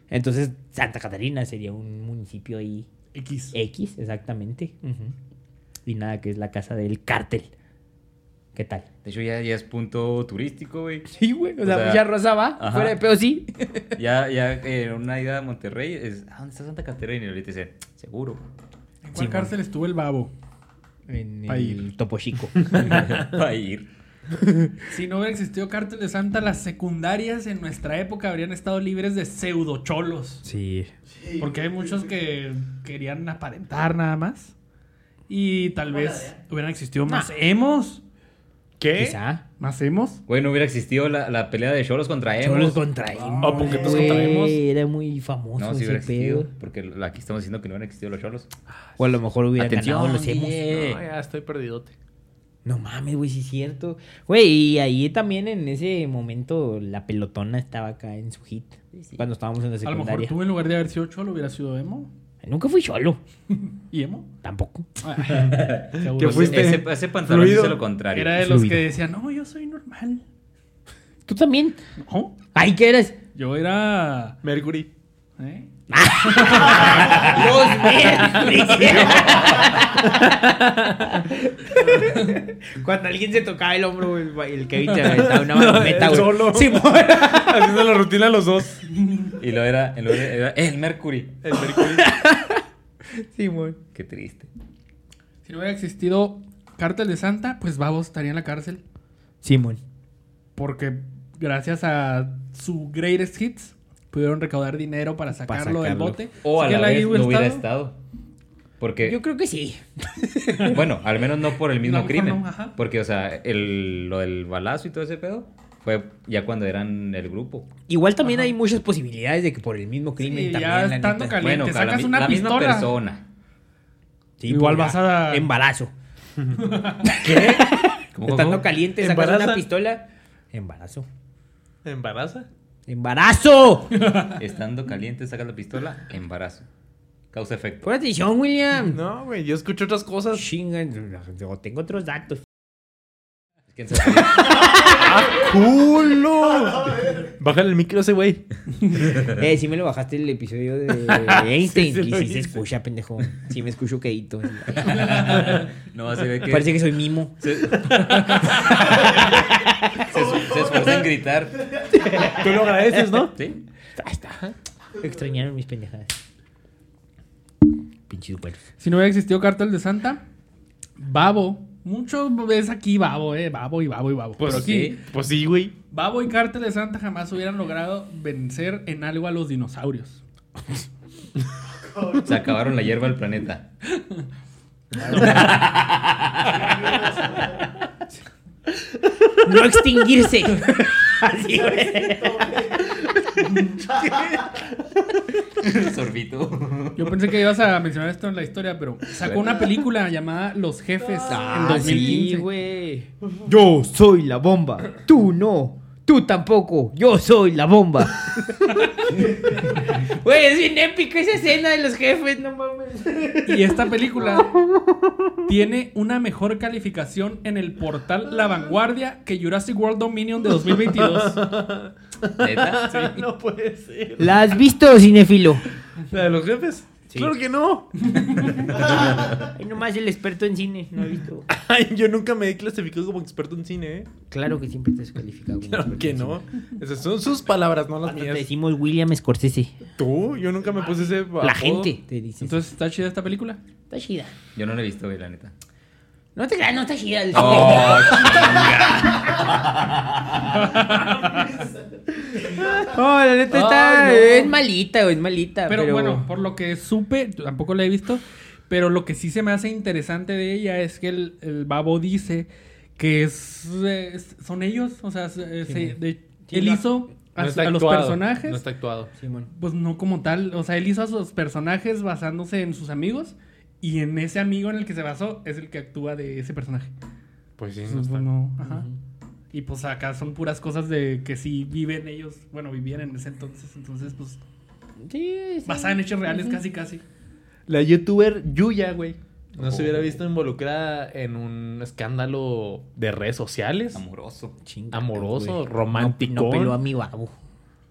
Speaker 2: Entonces, Santa Catarina sería un municipio ahí.
Speaker 5: X.
Speaker 2: X, exactamente. Ujú. Y nada, que es la casa del cártel. ¿Qué tal?
Speaker 3: De hecho, ya, ya es punto turístico, güey.
Speaker 2: Sí, güey.
Speaker 3: o sea, mucha
Speaker 2: rosa va.
Speaker 3: ajá. fuera de
Speaker 2: pedo, sí.
Speaker 3: Ya, ya eh, en una ida a Monterrey es. ¿A dónde está Santa Catarina? Y ahorita dice, seguro.
Speaker 1: ¿En
Speaker 2: Sí,
Speaker 1: cuál
Speaker 2: mon.
Speaker 1: cárcel estuvo el babo?
Speaker 2: En
Speaker 1: Pa'
Speaker 2: el
Speaker 1: ir.
Speaker 2: Topo Chico.
Speaker 3: ¿Eh? Va a ir.
Speaker 1: Si no hubiera existido cártel de Santa, las secundarias en nuestra época habrían estado libres de pseudocholos.
Speaker 2: Sí.
Speaker 4: Sí.
Speaker 1: Porque hay muchos que querían aparentar nada más. Y tal vez hubieran existido más emos.
Speaker 5: ¿Qué?
Speaker 2: Quizá.
Speaker 1: ¿Más emos?
Speaker 3: Güey, no hubiera existido la, la pelea de Cholos contra Emos.
Speaker 2: Cholos contra Emo,
Speaker 3: pues,
Speaker 5: Ah, porque todos
Speaker 2: güey,
Speaker 5: contra Emos.
Speaker 2: Era muy famoso
Speaker 3: No, sí hubiera
Speaker 2: ese
Speaker 3: existido.
Speaker 2: pedo.
Speaker 3: Porque lo- aquí estamos diciendo que no hubieran existido los Cholos.
Speaker 2: O a lo mejor hubiera
Speaker 3: Atención,
Speaker 2: ganado los Emos.
Speaker 3: DJ.
Speaker 5: No, ya estoy perdidote.
Speaker 2: No mames, güey, sí es cierto. Güey, y ahí también en ese momento la pelotona estaba acá en su hit. Cuando estábamos en la
Speaker 1: A lo mejor
Speaker 2: secundaria.
Speaker 1: tú en lugar de haber sido cholo hubiera sido emo.
Speaker 2: Nunca fui cholo.
Speaker 1: ¿Y emo?
Speaker 2: Tampoco.
Speaker 1: Ah, seguro.
Speaker 5: ¿Qué fuiste?
Speaker 3: Ese, ese pantalón
Speaker 5: Fluido.
Speaker 3: dice lo contrario.
Speaker 1: Era de los
Speaker 2: Fluido.
Speaker 1: que decían, no, yo soy normal.
Speaker 2: Tú también.
Speaker 1: No,
Speaker 2: Ay, ¿qué eres?
Speaker 1: yo era...
Speaker 5: Mercury.
Speaker 1: ¿eh?
Speaker 2: Los Cuando alguien se tocaba el hombro, el, el Kevin se aventaba una marometa, güey.
Speaker 5: solo.
Speaker 2: Sí, por-
Speaker 5: Haciendo la rutina los dos.
Speaker 3: Y lo era, en lugar de- era "Eh, el Mercury.
Speaker 5: El Mercury.
Speaker 2: sí, güey.
Speaker 3: Qué triste.
Speaker 1: Si no hubiera existido cártel de Santa, pues Babos estaría en la cárcel.
Speaker 2: Simón.
Speaker 1: Porque gracias a su greatest hits pudieron recaudar dinero para sacarlo, del
Speaker 2: sacarlo.
Speaker 1: bote.
Speaker 3: O a
Speaker 1: Así que
Speaker 3: la
Speaker 1: él ahí
Speaker 3: vez
Speaker 1: hubiera
Speaker 3: no hubiera
Speaker 1: estado.
Speaker 3: estado.
Speaker 1: Eh.
Speaker 3: Porque,
Speaker 2: Yo creo que sí.
Speaker 3: bueno, al menos no por el
Speaker 1: A
Speaker 3: mismo
Speaker 1: lo mejor
Speaker 3: crimen.
Speaker 1: no, ajá.
Speaker 3: porque, o sea, el, lo del balazo y todo ese pedo fue ya cuando eran el grupo.
Speaker 2: Igual también
Speaker 1: Ajá.
Speaker 2: hay muchas posibilidades de que por el mismo crimen
Speaker 1: Sí, ya
Speaker 2: también. la
Speaker 1: estando
Speaker 2: neta.
Speaker 1: caliente,
Speaker 3: bueno, la
Speaker 1: sacas
Speaker 3: mi-
Speaker 1: una
Speaker 3: la misma
Speaker 1: pistola.
Speaker 3: persona.
Speaker 2: Sí,
Speaker 1: Igual
Speaker 2: pues,
Speaker 1: vas
Speaker 2: ya.
Speaker 1: a-
Speaker 2: Embarazo.
Speaker 3: ¿Cómo,
Speaker 2: Estando
Speaker 3: cómo?
Speaker 2: caliente, sacas
Speaker 5: ¿Embaraza?
Speaker 2: una pistola. Embarazo.
Speaker 5: ¿Embaraza?
Speaker 2: ¡Embarazo!
Speaker 3: Estando caliente, sacas la pistola, embarazo. Causa efecto.
Speaker 2: Pon atención, William.
Speaker 5: No, güey. Yo escucho otras cosas.
Speaker 2: Chinga, yo tengo otros datos.
Speaker 3: ¿Quién sabe?
Speaker 5: Ah, ¡Culo! Bájale el micro a ese güey.
Speaker 2: Eh, sí me lo bajaste el episodio de Einstein.
Speaker 5: Sí, se
Speaker 2: y
Speaker 5: lo
Speaker 2: sí se
Speaker 5: hice.
Speaker 2: escucha, pendejo. Sí me escucho quedito.
Speaker 3: No, se ve que
Speaker 2: Parece que soy mimo.
Speaker 3: se, se, se esfuerza en gritar.
Speaker 5: Tú lo agradeces, ¿no?
Speaker 3: ¿Sí?
Speaker 2: Ahí está. Extrañaron mis pendejadas. Pinche super.
Speaker 1: Si no hubiera existido cártel de Santa, Babo. Mucho ves aquí Babo, eh. Babo y Babo y Babo. Pero aquí,
Speaker 3: sí.
Speaker 5: Pues sí, güey.
Speaker 1: Babo y cártel de Santa jamás hubieran logrado vencer en algo a los dinosaurios.
Speaker 3: Se acabaron la hierba del planeta.
Speaker 2: No extinguirse. Así,
Speaker 6: Sorbito.
Speaker 1: Yo pensé que ibas a mencionar esto en la historia, pero sacó una película llamada Los Jefes
Speaker 3: Ah,
Speaker 1: en 2015.
Speaker 2: Ah, güey. Yo soy la bomba. Tú no. Tú tampoco. Yo soy la bomba. Güey, es bien épica esa escena de los jefes, no mames.
Speaker 1: Y esta película tiene una mejor calificación en el portal La Vanguardia que Jurassic World Dominion de 2022.
Speaker 6: ¿Neta?
Speaker 5: No puede ser.
Speaker 2: ¿La has visto, cinéfilo?
Speaker 5: ¿La de los jefes?
Speaker 6: Sí.
Speaker 5: Claro que no.
Speaker 2: Ay, nomás el experto en cine, no he visto.
Speaker 5: Ay, yo nunca me he clasificado como experto en cine, ¿eh?
Speaker 2: Claro que siempre estás calificado. como
Speaker 5: Claro
Speaker 2: experto
Speaker 5: que
Speaker 2: en
Speaker 5: no.
Speaker 2: cine.
Speaker 5: Esas son sus palabras, Ah, no las
Speaker 2: Cuando te
Speaker 5: mías.
Speaker 2: decimos William Scorsese,
Speaker 5: Tú, yo nunca me puse ese.
Speaker 2: la
Speaker 5: apodo.
Speaker 2: gente te dice.
Speaker 1: Entonces, ¿está chida esta película?
Speaker 2: Está chida.
Speaker 3: Yo no lo he visto, güey, la neta.
Speaker 2: No te creas, no está chida.
Speaker 3: Oh,
Speaker 2: Oh, la neta está. eh. Es malita, güey, es
Speaker 5: Ah,
Speaker 2: malita.
Speaker 1: Pero, bueno, por lo que supe, yo tampoco la he visto, pero lo que sí se me hace interesante de ella es que el, el babo dice que es, eh, es- son ellos, o sea, se- eh, se- de-
Speaker 2: Sí,
Speaker 1: él
Speaker 2: lo-
Speaker 1: hizo a,
Speaker 5: No
Speaker 1: su-
Speaker 5: está
Speaker 1: a los
Speaker 5: actuado,
Speaker 1: personajes,
Speaker 5: No está actuado.
Speaker 2: Simón.
Speaker 1: pues no como tal, o sea, él hizo a sus personajes basándose en sus amigos y en ese amigo en el que se basó es el que actúa de ese personaje.
Speaker 5: Pues sí, no
Speaker 1: Entonces,
Speaker 5: está.
Speaker 1: no, ajá. Y pues acá son puras cosas de que sí viven ellos, bueno, vivían en ese entonces, entonces pues
Speaker 2: Sí, sí.
Speaker 1: basada en hechos reales casi casi.
Speaker 5: La youtuber Yuya, güey. No se
Speaker 6: Oh.
Speaker 5: hubiera visto involucrada en un escándalo de redes sociales.
Speaker 6: amoroso.
Speaker 2: Chinga,
Speaker 5: Amoroso,
Speaker 2: güey.
Speaker 5: romántico.
Speaker 2: No, no peló a mi babo.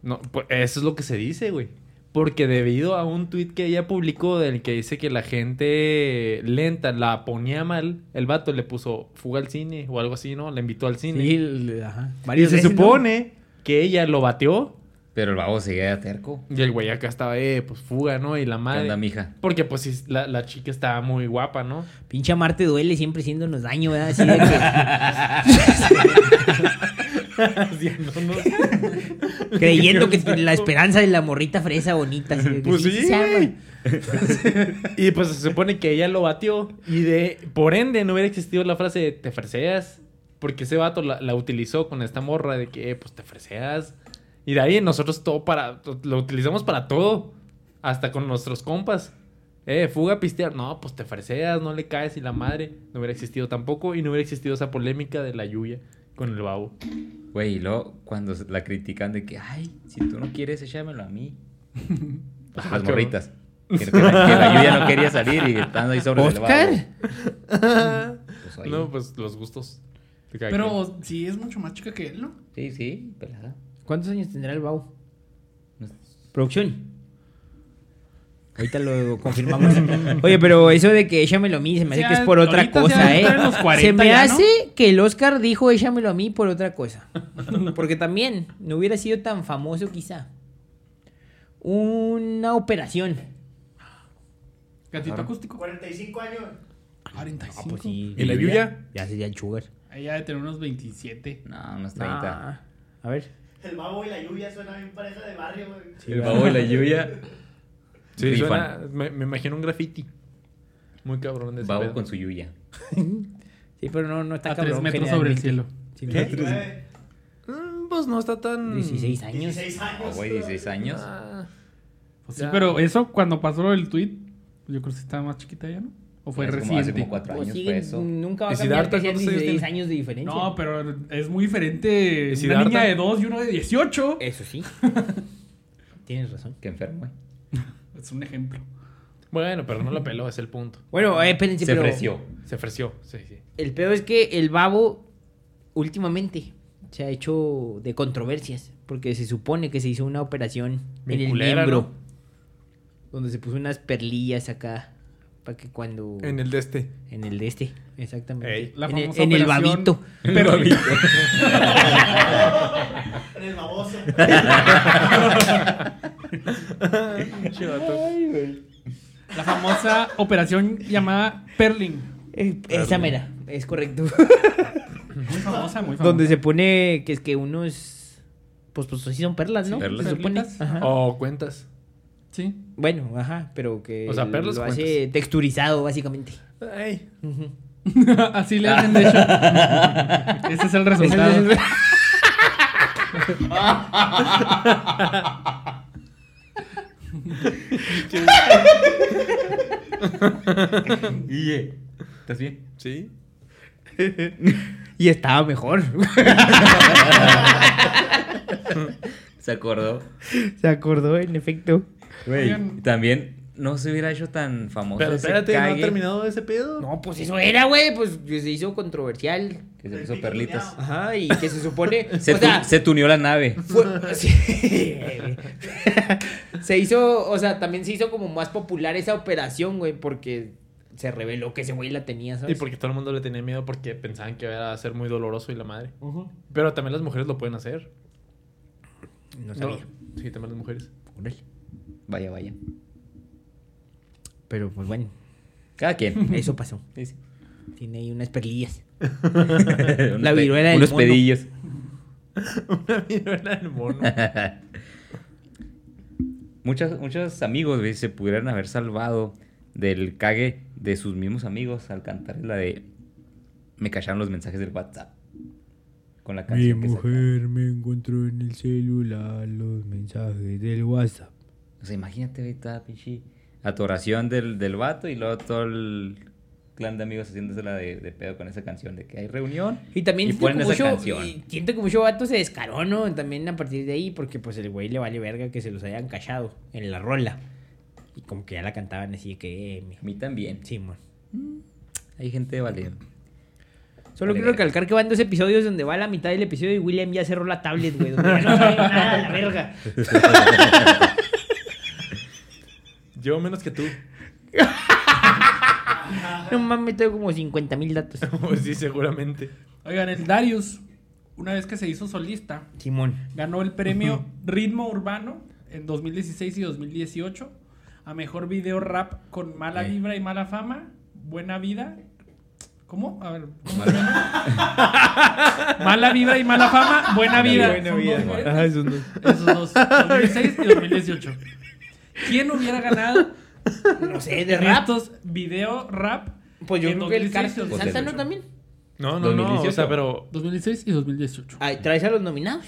Speaker 5: No, pues, eso es lo que se dice, güey. Porque debido a un tuit que ella publicó del que dice que la gente lenta la ponía mal, el vato le puso fuga al cine o algo así, ¿no? La invitó al cine.
Speaker 2: Sí, el- ajá.
Speaker 5: y
Speaker 2: Varias
Speaker 5: se
Speaker 2: veces, ¿no?
Speaker 5: supone que ella lo bateó
Speaker 3: Pero el babo seguía terco.
Speaker 5: y el güey acá estaba, eh, pues fuga, ¿no? Y la
Speaker 3: ¿Qué onda,
Speaker 5: madre.
Speaker 3: mija?
Speaker 5: Porque pues sí, la, la chica estaba muy guapa, ¿no?
Speaker 2: Pinche amarte duele siempre haciéndonos daño, ¿verdad? Así de que
Speaker 5: Haciéndonos-
Speaker 2: creyendo que la esperanza de la morrita fresa bonita. así de que
Speaker 5: Pues sí,
Speaker 2: Eh, se
Speaker 5: güey.
Speaker 2: ama.
Speaker 5: Y pues se supone que ella lo batió. Y de por ende no hubiera existido la frase de te freseas. Porque ese vato la, la utilizó con esta morra de que eh, pues te freseas. Y de ahí nosotros todo para. Lo utilizamos para todo. Hasta con nuestros compas. Eh, fuga a pistear. No, pues te freseas, no le caes y la madre. No hubiera existido tampoco. Y no hubiera existido esa polémica de la lluvia con el babo.
Speaker 3: Güey, y luego cuando se- la critican de que, ay, si tú no quieres, échamelo a mí. O sea,
Speaker 5: Ah,
Speaker 3: las
Speaker 5: qué
Speaker 3: morritas. Que, que la, que la lluvia no quería salir y están ahí sobre el
Speaker 2: ¿Oscar?
Speaker 3: babo. Pues ahí.
Speaker 5: No, pues los gustos. de cada quien.
Speaker 1: Pero sí es mucho más chica que él, ¿no?
Speaker 3: Sí, sí, pelada.
Speaker 2: ¿Cuántos años tendrá el babo?
Speaker 3: No sé.
Speaker 2: Producción. Ahorita lo confirmamos. Oye, pero eso de que échamelo a mí se me hace
Speaker 1: O sea,
Speaker 2: que es por otra
Speaker 1: ahorita
Speaker 2: cosa,
Speaker 1: se
Speaker 2: ¿eh?
Speaker 1: entra en los 40
Speaker 2: se me
Speaker 1: ya, ¿no?
Speaker 2: hace que el Oscar dijo échamelo a mí por otra cosa. Porque también no hubiera sido tan famoso quizá. Una operación.
Speaker 1: Gatito
Speaker 3: Ah,
Speaker 1: acústico.
Speaker 4: 45 años.
Speaker 3: pues
Speaker 1: 45.
Speaker 2: Ah,
Speaker 5: ¿Y la Yuya?
Speaker 2: pues Ya sería el sugar.
Speaker 1: Ella debe tener unos 27.
Speaker 3: No, unos 30.
Speaker 2: Ah, a ver.
Speaker 4: El babo y la lluvia suena bien pareja de barrio, güey.
Speaker 3: el babo y la lluvia.
Speaker 5: Sí,
Speaker 3: Rifan.
Speaker 5: suena- me, me imagino un graffiti. Muy cabrón de ese
Speaker 3: Babo
Speaker 5: pedo.
Speaker 3: con su lluvia.
Speaker 2: Sí, pero no, no está
Speaker 1: A 3
Speaker 2: cabrón,
Speaker 1: metros sobre el
Speaker 2: generalmente.
Speaker 1: cielo.
Speaker 2: Sí, no.
Speaker 4: 19,
Speaker 5: Mm, Pues no está tan.
Speaker 2: 16 años.
Speaker 4: 16
Speaker 3: Ah,
Speaker 4: años.
Speaker 3: güey, 16 años.
Speaker 5: Ah,
Speaker 1: Pues sí,
Speaker 5: Ya.
Speaker 1: pero
Speaker 3: eh,
Speaker 1: eso cuando pasó lo del tweet, yo creo que sí estaba más chiquita ya, ¿no? O fue
Speaker 3: Es como
Speaker 1: reciente.
Speaker 3: hace como cuatro
Speaker 2: Pues
Speaker 3: años
Speaker 2: siguen-
Speaker 3: fue eso.
Speaker 2: Nunca va
Speaker 5: ¿Y
Speaker 2: a cambiar
Speaker 5: Siddhartha
Speaker 2: que sean
Speaker 5: cuántos años
Speaker 2: 16
Speaker 5: tiene?
Speaker 2: años de diferencia.
Speaker 1: No, pero es muy diferente
Speaker 5: ¿Y
Speaker 1: una
Speaker 5: Siddhartha?
Speaker 1: niña de 2 y uno de 18.
Speaker 2: Eso sí. Tienes razón.
Speaker 3: Que enfermo, eh.
Speaker 1: Es un ejemplo.
Speaker 5: Bueno, pero no lo peló, es el punto.
Speaker 2: Bueno, eh, espérense,
Speaker 3: Se
Speaker 2: pero
Speaker 3: ofreció.
Speaker 5: Se ofreció, sí, sí.
Speaker 2: el peor es que el babo últimamente se ha hecho de controversias porque se supone que se hizo una operación
Speaker 5: Bien
Speaker 2: en el
Speaker 5: culera,
Speaker 2: miembro
Speaker 5: ¿no?
Speaker 2: donde se puso unas perlillas acá para que cuando
Speaker 5: En el de este.
Speaker 2: en el de este, exactamente.
Speaker 5: Ey,
Speaker 1: La
Speaker 2: en, el,
Speaker 1: famosa
Speaker 2: en el
Speaker 1: operación-
Speaker 2: babito.
Speaker 1: Pero
Speaker 4: En el baboso.
Speaker 1: la famosa operación llamada Perling.
Speaker 2: Eh, Esa mera, es correcto.
Speaker 1: Muy famosa, muy famosa.
Speaker 2: donde se pone que es que unos pues pues sí son perlas, ¿no?
Speaker 3: Sí, perlas.
Speaker 2: Se supone.
Speaker 5: Oh.
Speaker 1: Perlitas.
Speaker 2: Ajá.
Speaker 5: O cuentas.
Speaker 1: Sí.
Speaker 2: Bueno, ajá, pero que
Speaker 5: O sea, perlas
Speaker 2: lo
Speaker 5: cuentas.
Speaker 2: hace texturizado, básicamente.
Speaker 5: Ay.
Speaker 1: Así le hacen, de hecho. Ese es el resultado.
Speaker 3: Guille, ¿estás bien?
Speaker 5: Sí.
Speaker 2: Y estaba mejor.
Speaker 3: Se acordó.
Speaker 2: Se acordó, en efecto.
Speaker 1: Oigan.
Speaker 3: También no se hubiera hecho tan famoso
Speaker 5: Pero
Speaker 3: ese
Speaker 5: espérate, ¿no ha
Speaker 3: cague
Speaker 5: terminado ese pedo?
Speaker 2: No, pues eso era, güey. Pues se hizo controversial.
Speaker 3: que se puso perlitas.
Speaker 2: Ajá, y que se supone. o
Speaker 3: Se, tu-
Speaker 2: sea,
Speaker 3: se tuneó la nave.
Speaker 2: Fue- sí. se hizo, o sea, también se hizo como más popular esa operación, güey, porque se reveló que ese güey la tenía,
Speaker 5: Y
Speaker 2: ¿sabes?
Speaker 5: porque todo el mundo le tenía miedo porque pensaban que iba a ser muy doloroso y la madre. Pero también las mujeres lo pueden hacer.
Speaker 2: No sabía.
Speaker 5: No. Sí, también las mujeres.
Speaker 3: Vaya, vaya.
Speaker 2: Pero pues bueno,
Speaker 3: Cada quien.
Speaker 2: eso pasó. Tiene ahí unas perlillas.
Speaker 3: Unos
Speaker 2: La
Speaker 3: pe-
Speaker 2: viruela del
Speaker 3: Unos
Speaker 2: mono.
Speaker 3: pedillos.
Speaker 5: Una viruela del mono.
Speaker 3: Muchas, muchos amigos güey, se pudieran haber salvado del cague de sus mismos amigos al cantar la de Me callaron los mensajes del WhatsApp. Con la canción que sacaron.
Speaker 7: me encontró en el celular los mensajes del WhatsApp.
Speaker 3: O sea, imagínate güey, toda pinche atoración del, del vato y luego todo el clan de amigos haciéndose la de, de pedo con esa canción de que hay reunión.
Speaker 2: Y también
Speaker 3: Y
Speaker 2: siento,
Speaker 3: ponen
Speaker 2: que
Speaker 3: esa
Speaker 2: mucho,
Speaker 3: canción.
Speaker 2: y siento que mucho vato se descaró, ¿no? También a partir de ahí, porque pues el güey le vale verga que se los hayan callado en la rola. Y como que ya la cantaban así de que... eh, mi-
Speaker 3: A mí también.
Speaker 2: Sí, mon.
Speaker 3: Hay gente valiente.
Speaker 2: Solo
Speaker 3: Vale,
Speaker 2: quiero
Speaker 3: verga.
Speaker 2: recalcar que van dos episodios donde va la mitad del episodio y William ya cerró la tablet, güey. Donde ya no sabe nada, la verga.
Speaker 5: Yo menos que tú.
Speaker 2: No mames, tengo como 50 mil datos.
Speaker 5: Pues sí, seguramente.
Speaker 1: Oigan, el Darius, una vez que se hizo solista,
Speaker 2: Simón.
Speaker 1: ganó el premio Ritmo Urbano en 2016 y 2018 a mejor video rap con mala
Speaker 3: Ey.
Speaker 1: vibra y mala fama, buena vida. ¿Cómo? A ver. ¿cómo
Speaker 3: Mala-
Speaker 1: se llama? mala vibra y mala fama, buena vida. Son dos, güey.
Speaker 5: Ajá, es un dos.
Speaker 1: Esos dos, 2006 y 2018. ¿Quién hubiera ganado
Speaker 2: No sé, de
Speaker 1: en
Speaker 2: rap.
Speaker 1: estos video rap?
Speaker 2: Pues yo
Speaker 1: en
Speaker 2: creo que el
Speaker 1: 2006 y
Speaker 2: Carlos
Speaker 1: 2018?
Speaker 2: Santa no también.
Speaker 5: No, no, no. O sea,
Speaker 3: 2018.
Speaker 5: pero.
Speaker 1: 2006 y 2018.
Speaker 2: Ay, traes a los nominados.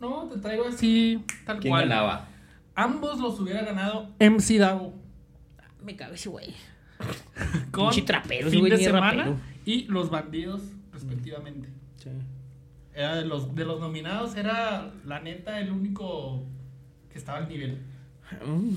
Speaker 1: No, te traigo así, tal
Speaker 3: ¿Quién
Speaker 1: cual.
Speaker 3: ganaba?
Speaker 1: Ambos los hubiera ganado MC Davo.
Speaker 2: Me cabe ese güey.
Speaker 1: Con
Speaker 2: Pinche trapero, ese
Speaker 1: fin
Speaker 2: güey
Speaker 1: de
Speaker 2: ni es
Speaker 1: semana
Speaker 2: rapero.
Speaker 1: y los bandidos, respectivamente. Era de los, de los nominados, era la neta el único que estaba al nivel.
Speaker 2: Mm.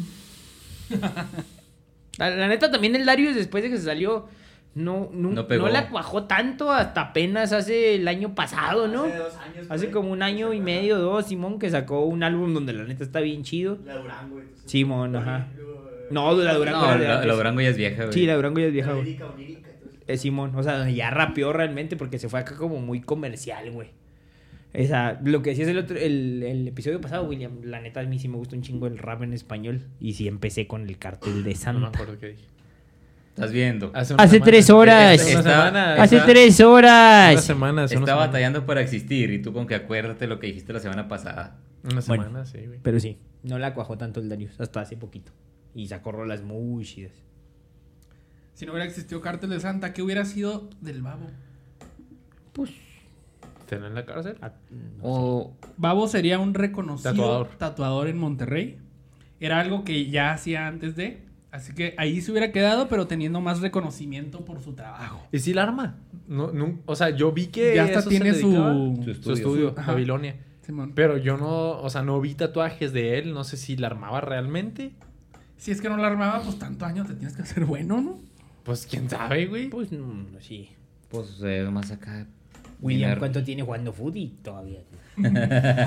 Speaker 2: La, la neta, también el Darius, después de que se salió, no, no,
Speaker 3: No pegó.
Speaker 2: no la cuajó tanto hasta apenas hace el año pasado, ¿no?
Speaker 4: Hace dos años.
Speaker 2: Hace
Speaker 4: güey.
Speaker 2: como un año y medio, dos, Simón, que sacó un álbum donde la neta está bien chido.
Speaker 4: La Durango, güey. entonces- eh,
Speaker 2: Simón, ajá.
Speaker 4: Luego,
Speaker 2: No, la Durango.
Speaker 3: No,
Speaker 2: era de
Speaker 3: la,
Speaker 2: antes.
Speaker 3: la Durango ya es vieja, güey.
Speaker 2: Sí, la Durango ya es vieja,
Speaker 4: La
Speaker 2: güey.
Speaker 4: lírica onírica, entonces.
Speaker 2: Eh, Simón, o sea, ya rapeó realmente porque se fue acá como muy comercial, güey. Esa, lo que decías el, otro, el, el episodio pasado, William, la neta a mí sí me gusta un chingo el rap en español. Y sí empecé con el cartel de
Speaker 5: Ah, No me
Speaker 2: Santa.
Speaker 5: acuerdo qué dije.
Speaker 3: Estás viendo.
Speaker 5: Hace,
Speaker 2: Hace tres horas.
Speaker 5: Hace una
Speaker 3: Estaba-
Speaker 5: semana.
Speaker 2: Hace
Speaker 5: Hace
Speaker 2: tres
Speaker 5: Una
Speaker 2: horas.
Speaker 5: semana. hace una
Speaker 3: Está
Speaker 5: semana.
Speaker 3: batallando para existir y tú con que acuérdate lo que dijiste la semana pasada.
Speaker 5: Una
Speaker 2: Bueno.
Speaker 5: semana, sí, güey.
Speaker 2: Pero sí, no la cuajó tanto el Darius hasta hace poquito. Y sacó rolas muy chidas.
Speaker 1: Si no hubiera existido Cártel de Santa, ¿qué hubiera sido del Babo?
Speaker 5: ¿Están en la cárcel?
Speaker 2: Ah, no
Speaker 3: O
Speaker 1: Babo sería un reconocido
Speaker 5: Tatuador.
Speaker 1: tatuador. en Monterrey. Era algo que ya hacía antes de. Así que ahí se hubiera quedado, pero teniendo más reconocimiento por su trabajo.
Speaker 5: ¿Y si la arma? No, no, o sea, yo vi que.
Speaker 1: ya hasta
Speaker 5: eso se
Speaker 1: tiene
Speaker 5: dedicaba.
Speaker 1: su.
Speaker 5: Su estudio,
Speaker 1: Ajá.
Speaker 5: Babilonia.
Speaker 1: Simón.
Speaker 5: Pero yo no, o sea, no vi tatuajes de él. No sé si la armaba realmente.
Speaker 1: Si es que no la armaba, pues tanto año te tienes que hacer bueno, ¿no?
Speaker 5: Pues quién sabe, güey.
Speaker 2: sé. Pues no, no, sí.
Speaker 3: Pues eh, más acá.
Speaker 2: William,
Speaker 3: Minar-
Speaker 2: ¿cuánto tiene jugando footy? Todavía.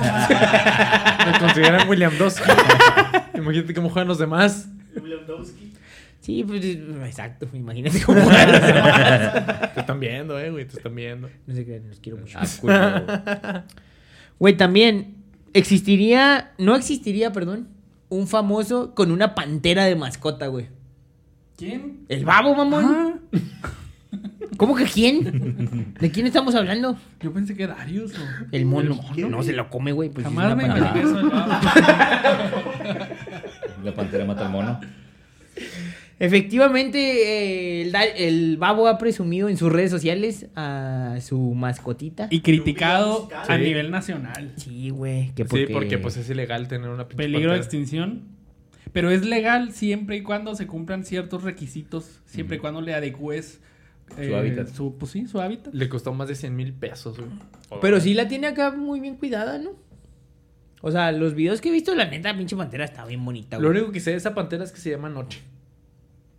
Speaker 5: Me consideran William Dos. Imagínate cómo juegan los demás.
Speaker 4: Lewandowski.
Speaker 2: Sí, pues exacto, imagínate cómo era.
Speaker 5: Te están viendo, eh, güey. Te están viendo.
Speaker 2: No sé qué, los quiero mucho.
Speaker 3: Ah, culo.
Speaker 2: Güey, también existiría, no existiría, perdón, un famoso con una pantera de mascota, güey.
Speaker 1: ¿Quién?
Speaker 2: El babo, mamón.
Speaker 1: Ah,
Speaker 2: ¿Cómo que quién? ¿De quién estamos hablando?
Speaker 1: yo pensé que Darius o.
Speaker 2: El mono.
Speaker 1: El mono,
Speaker 2: no se lo come, güey. Pues es
Speaker 1: Jamás
Speaker 2: una
Speaker 1: me
Speaker 2: pantera.
Speaker 1: imaginé eso del Babo.
Speaker 3: La pantera mata al mono.
Speaker 2: Efectivamente, eh, el, da- el babo ha presumido en sus redes sociales a su mascotita.
Speaker 1: Y criticado
Speaker 4: Sí.
Speaker 1: a nivel nacional.
Speaker 2: Sí, güey. que
Speaker 5: Sí, porque pues es ilegal tener una pinche
Speaker 1: Peligro de
Speaker 5: pantera.
Speaker 1: extinción. Pero es legal siempre y cuando se cumplan ciertos requisitos, siempre y cuando le adecues eh,
Speaker 3: hábitat.
Speaker 1: su- pues sí, su hábitat.
Speaker 5: Le costó más de 100 mil pesos, güey.
Speaker 2: Pero sí la tiene acá muy bien cuidada, ¿no? O sea, los videos que he visto, la neta, pinche pantera está bien bonita,
Speaker 5: Lo
Speaker 2: güey.
Speaker 5: único que sé de esa pantera es que se llama Noche.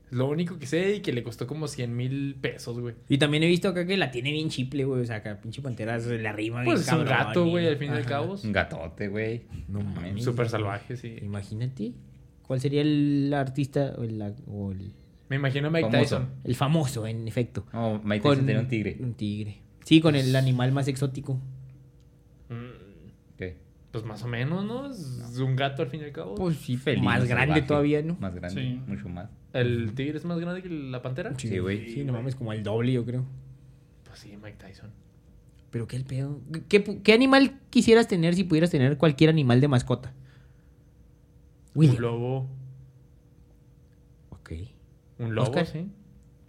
Speaker 5: Es Lo único que sé y que le costó como 100 mil pesos, güey.
Speaker 2: Y también he visto acá que la tiene bien chiple, güey. O sea, acá pinche pantera se le arrima bien
Speaker 5: Pues es un
Speaker 2: cabrón
Speaker 5: gato,
Speaker 2: y-
Speaker 5: güey, al fin y al
Speaker 2: Ajá.
Speaker 5: cabo.
Speaker 3: Un gatote, güey.
Speaker 2: No mames.
Speaker 5: Súper salvaje, sí.
Speaker 3: Mm.
Speaker 2: Imagínate. ¿Cuál sería el artista o el, o el-
Speaker 5: Me imagino a Mike
Speaker 3: Famoso.
Speaker 5: Tyson.
Speaker 2: el famoso, en efecto?
Speaker 3: No, Mike
Speaker 2: Con-
Speaker 3: Tyson tenía un tigre.
Speaker 2: Un tigre. Sí, con el animal más exótico.
Speaker 5: Mm,
Speaker 3: ¿Qué?
Speaker 5: Pues más o menos, ¿no? Es un gato al fin y al cabo.
Speaker 2: Pues sí,
Speaker 3: Felino
Speaker 2: Más grande
Speaker 3: salvaje.
Speaker 2: todavía, ¿no?
Speaker 3: Más grande,
Speaker 1: Sí.
Speaker 3: mucho más.
Speaker 5: ¿El tigre es más grande que la pantera?
Speaker 3: Sí, güey.
Speaker 2: Sí, no mames, como el doble, yo creo.
Speaker 5: Pues sí, Mike Tyson.
Speaker 2: Pero qué el pedo. ¿Qué, pu- qué animal quisieras tener si pudieras tener cualquier animal de mascota?
Speaker 5: Un
Speaker 2: William.
Speaker 5: lobo.
Speaker 2: Ok.
Speaker 5: Un lobo,
Speaker 2: Oscar.
Speaker 5: sí.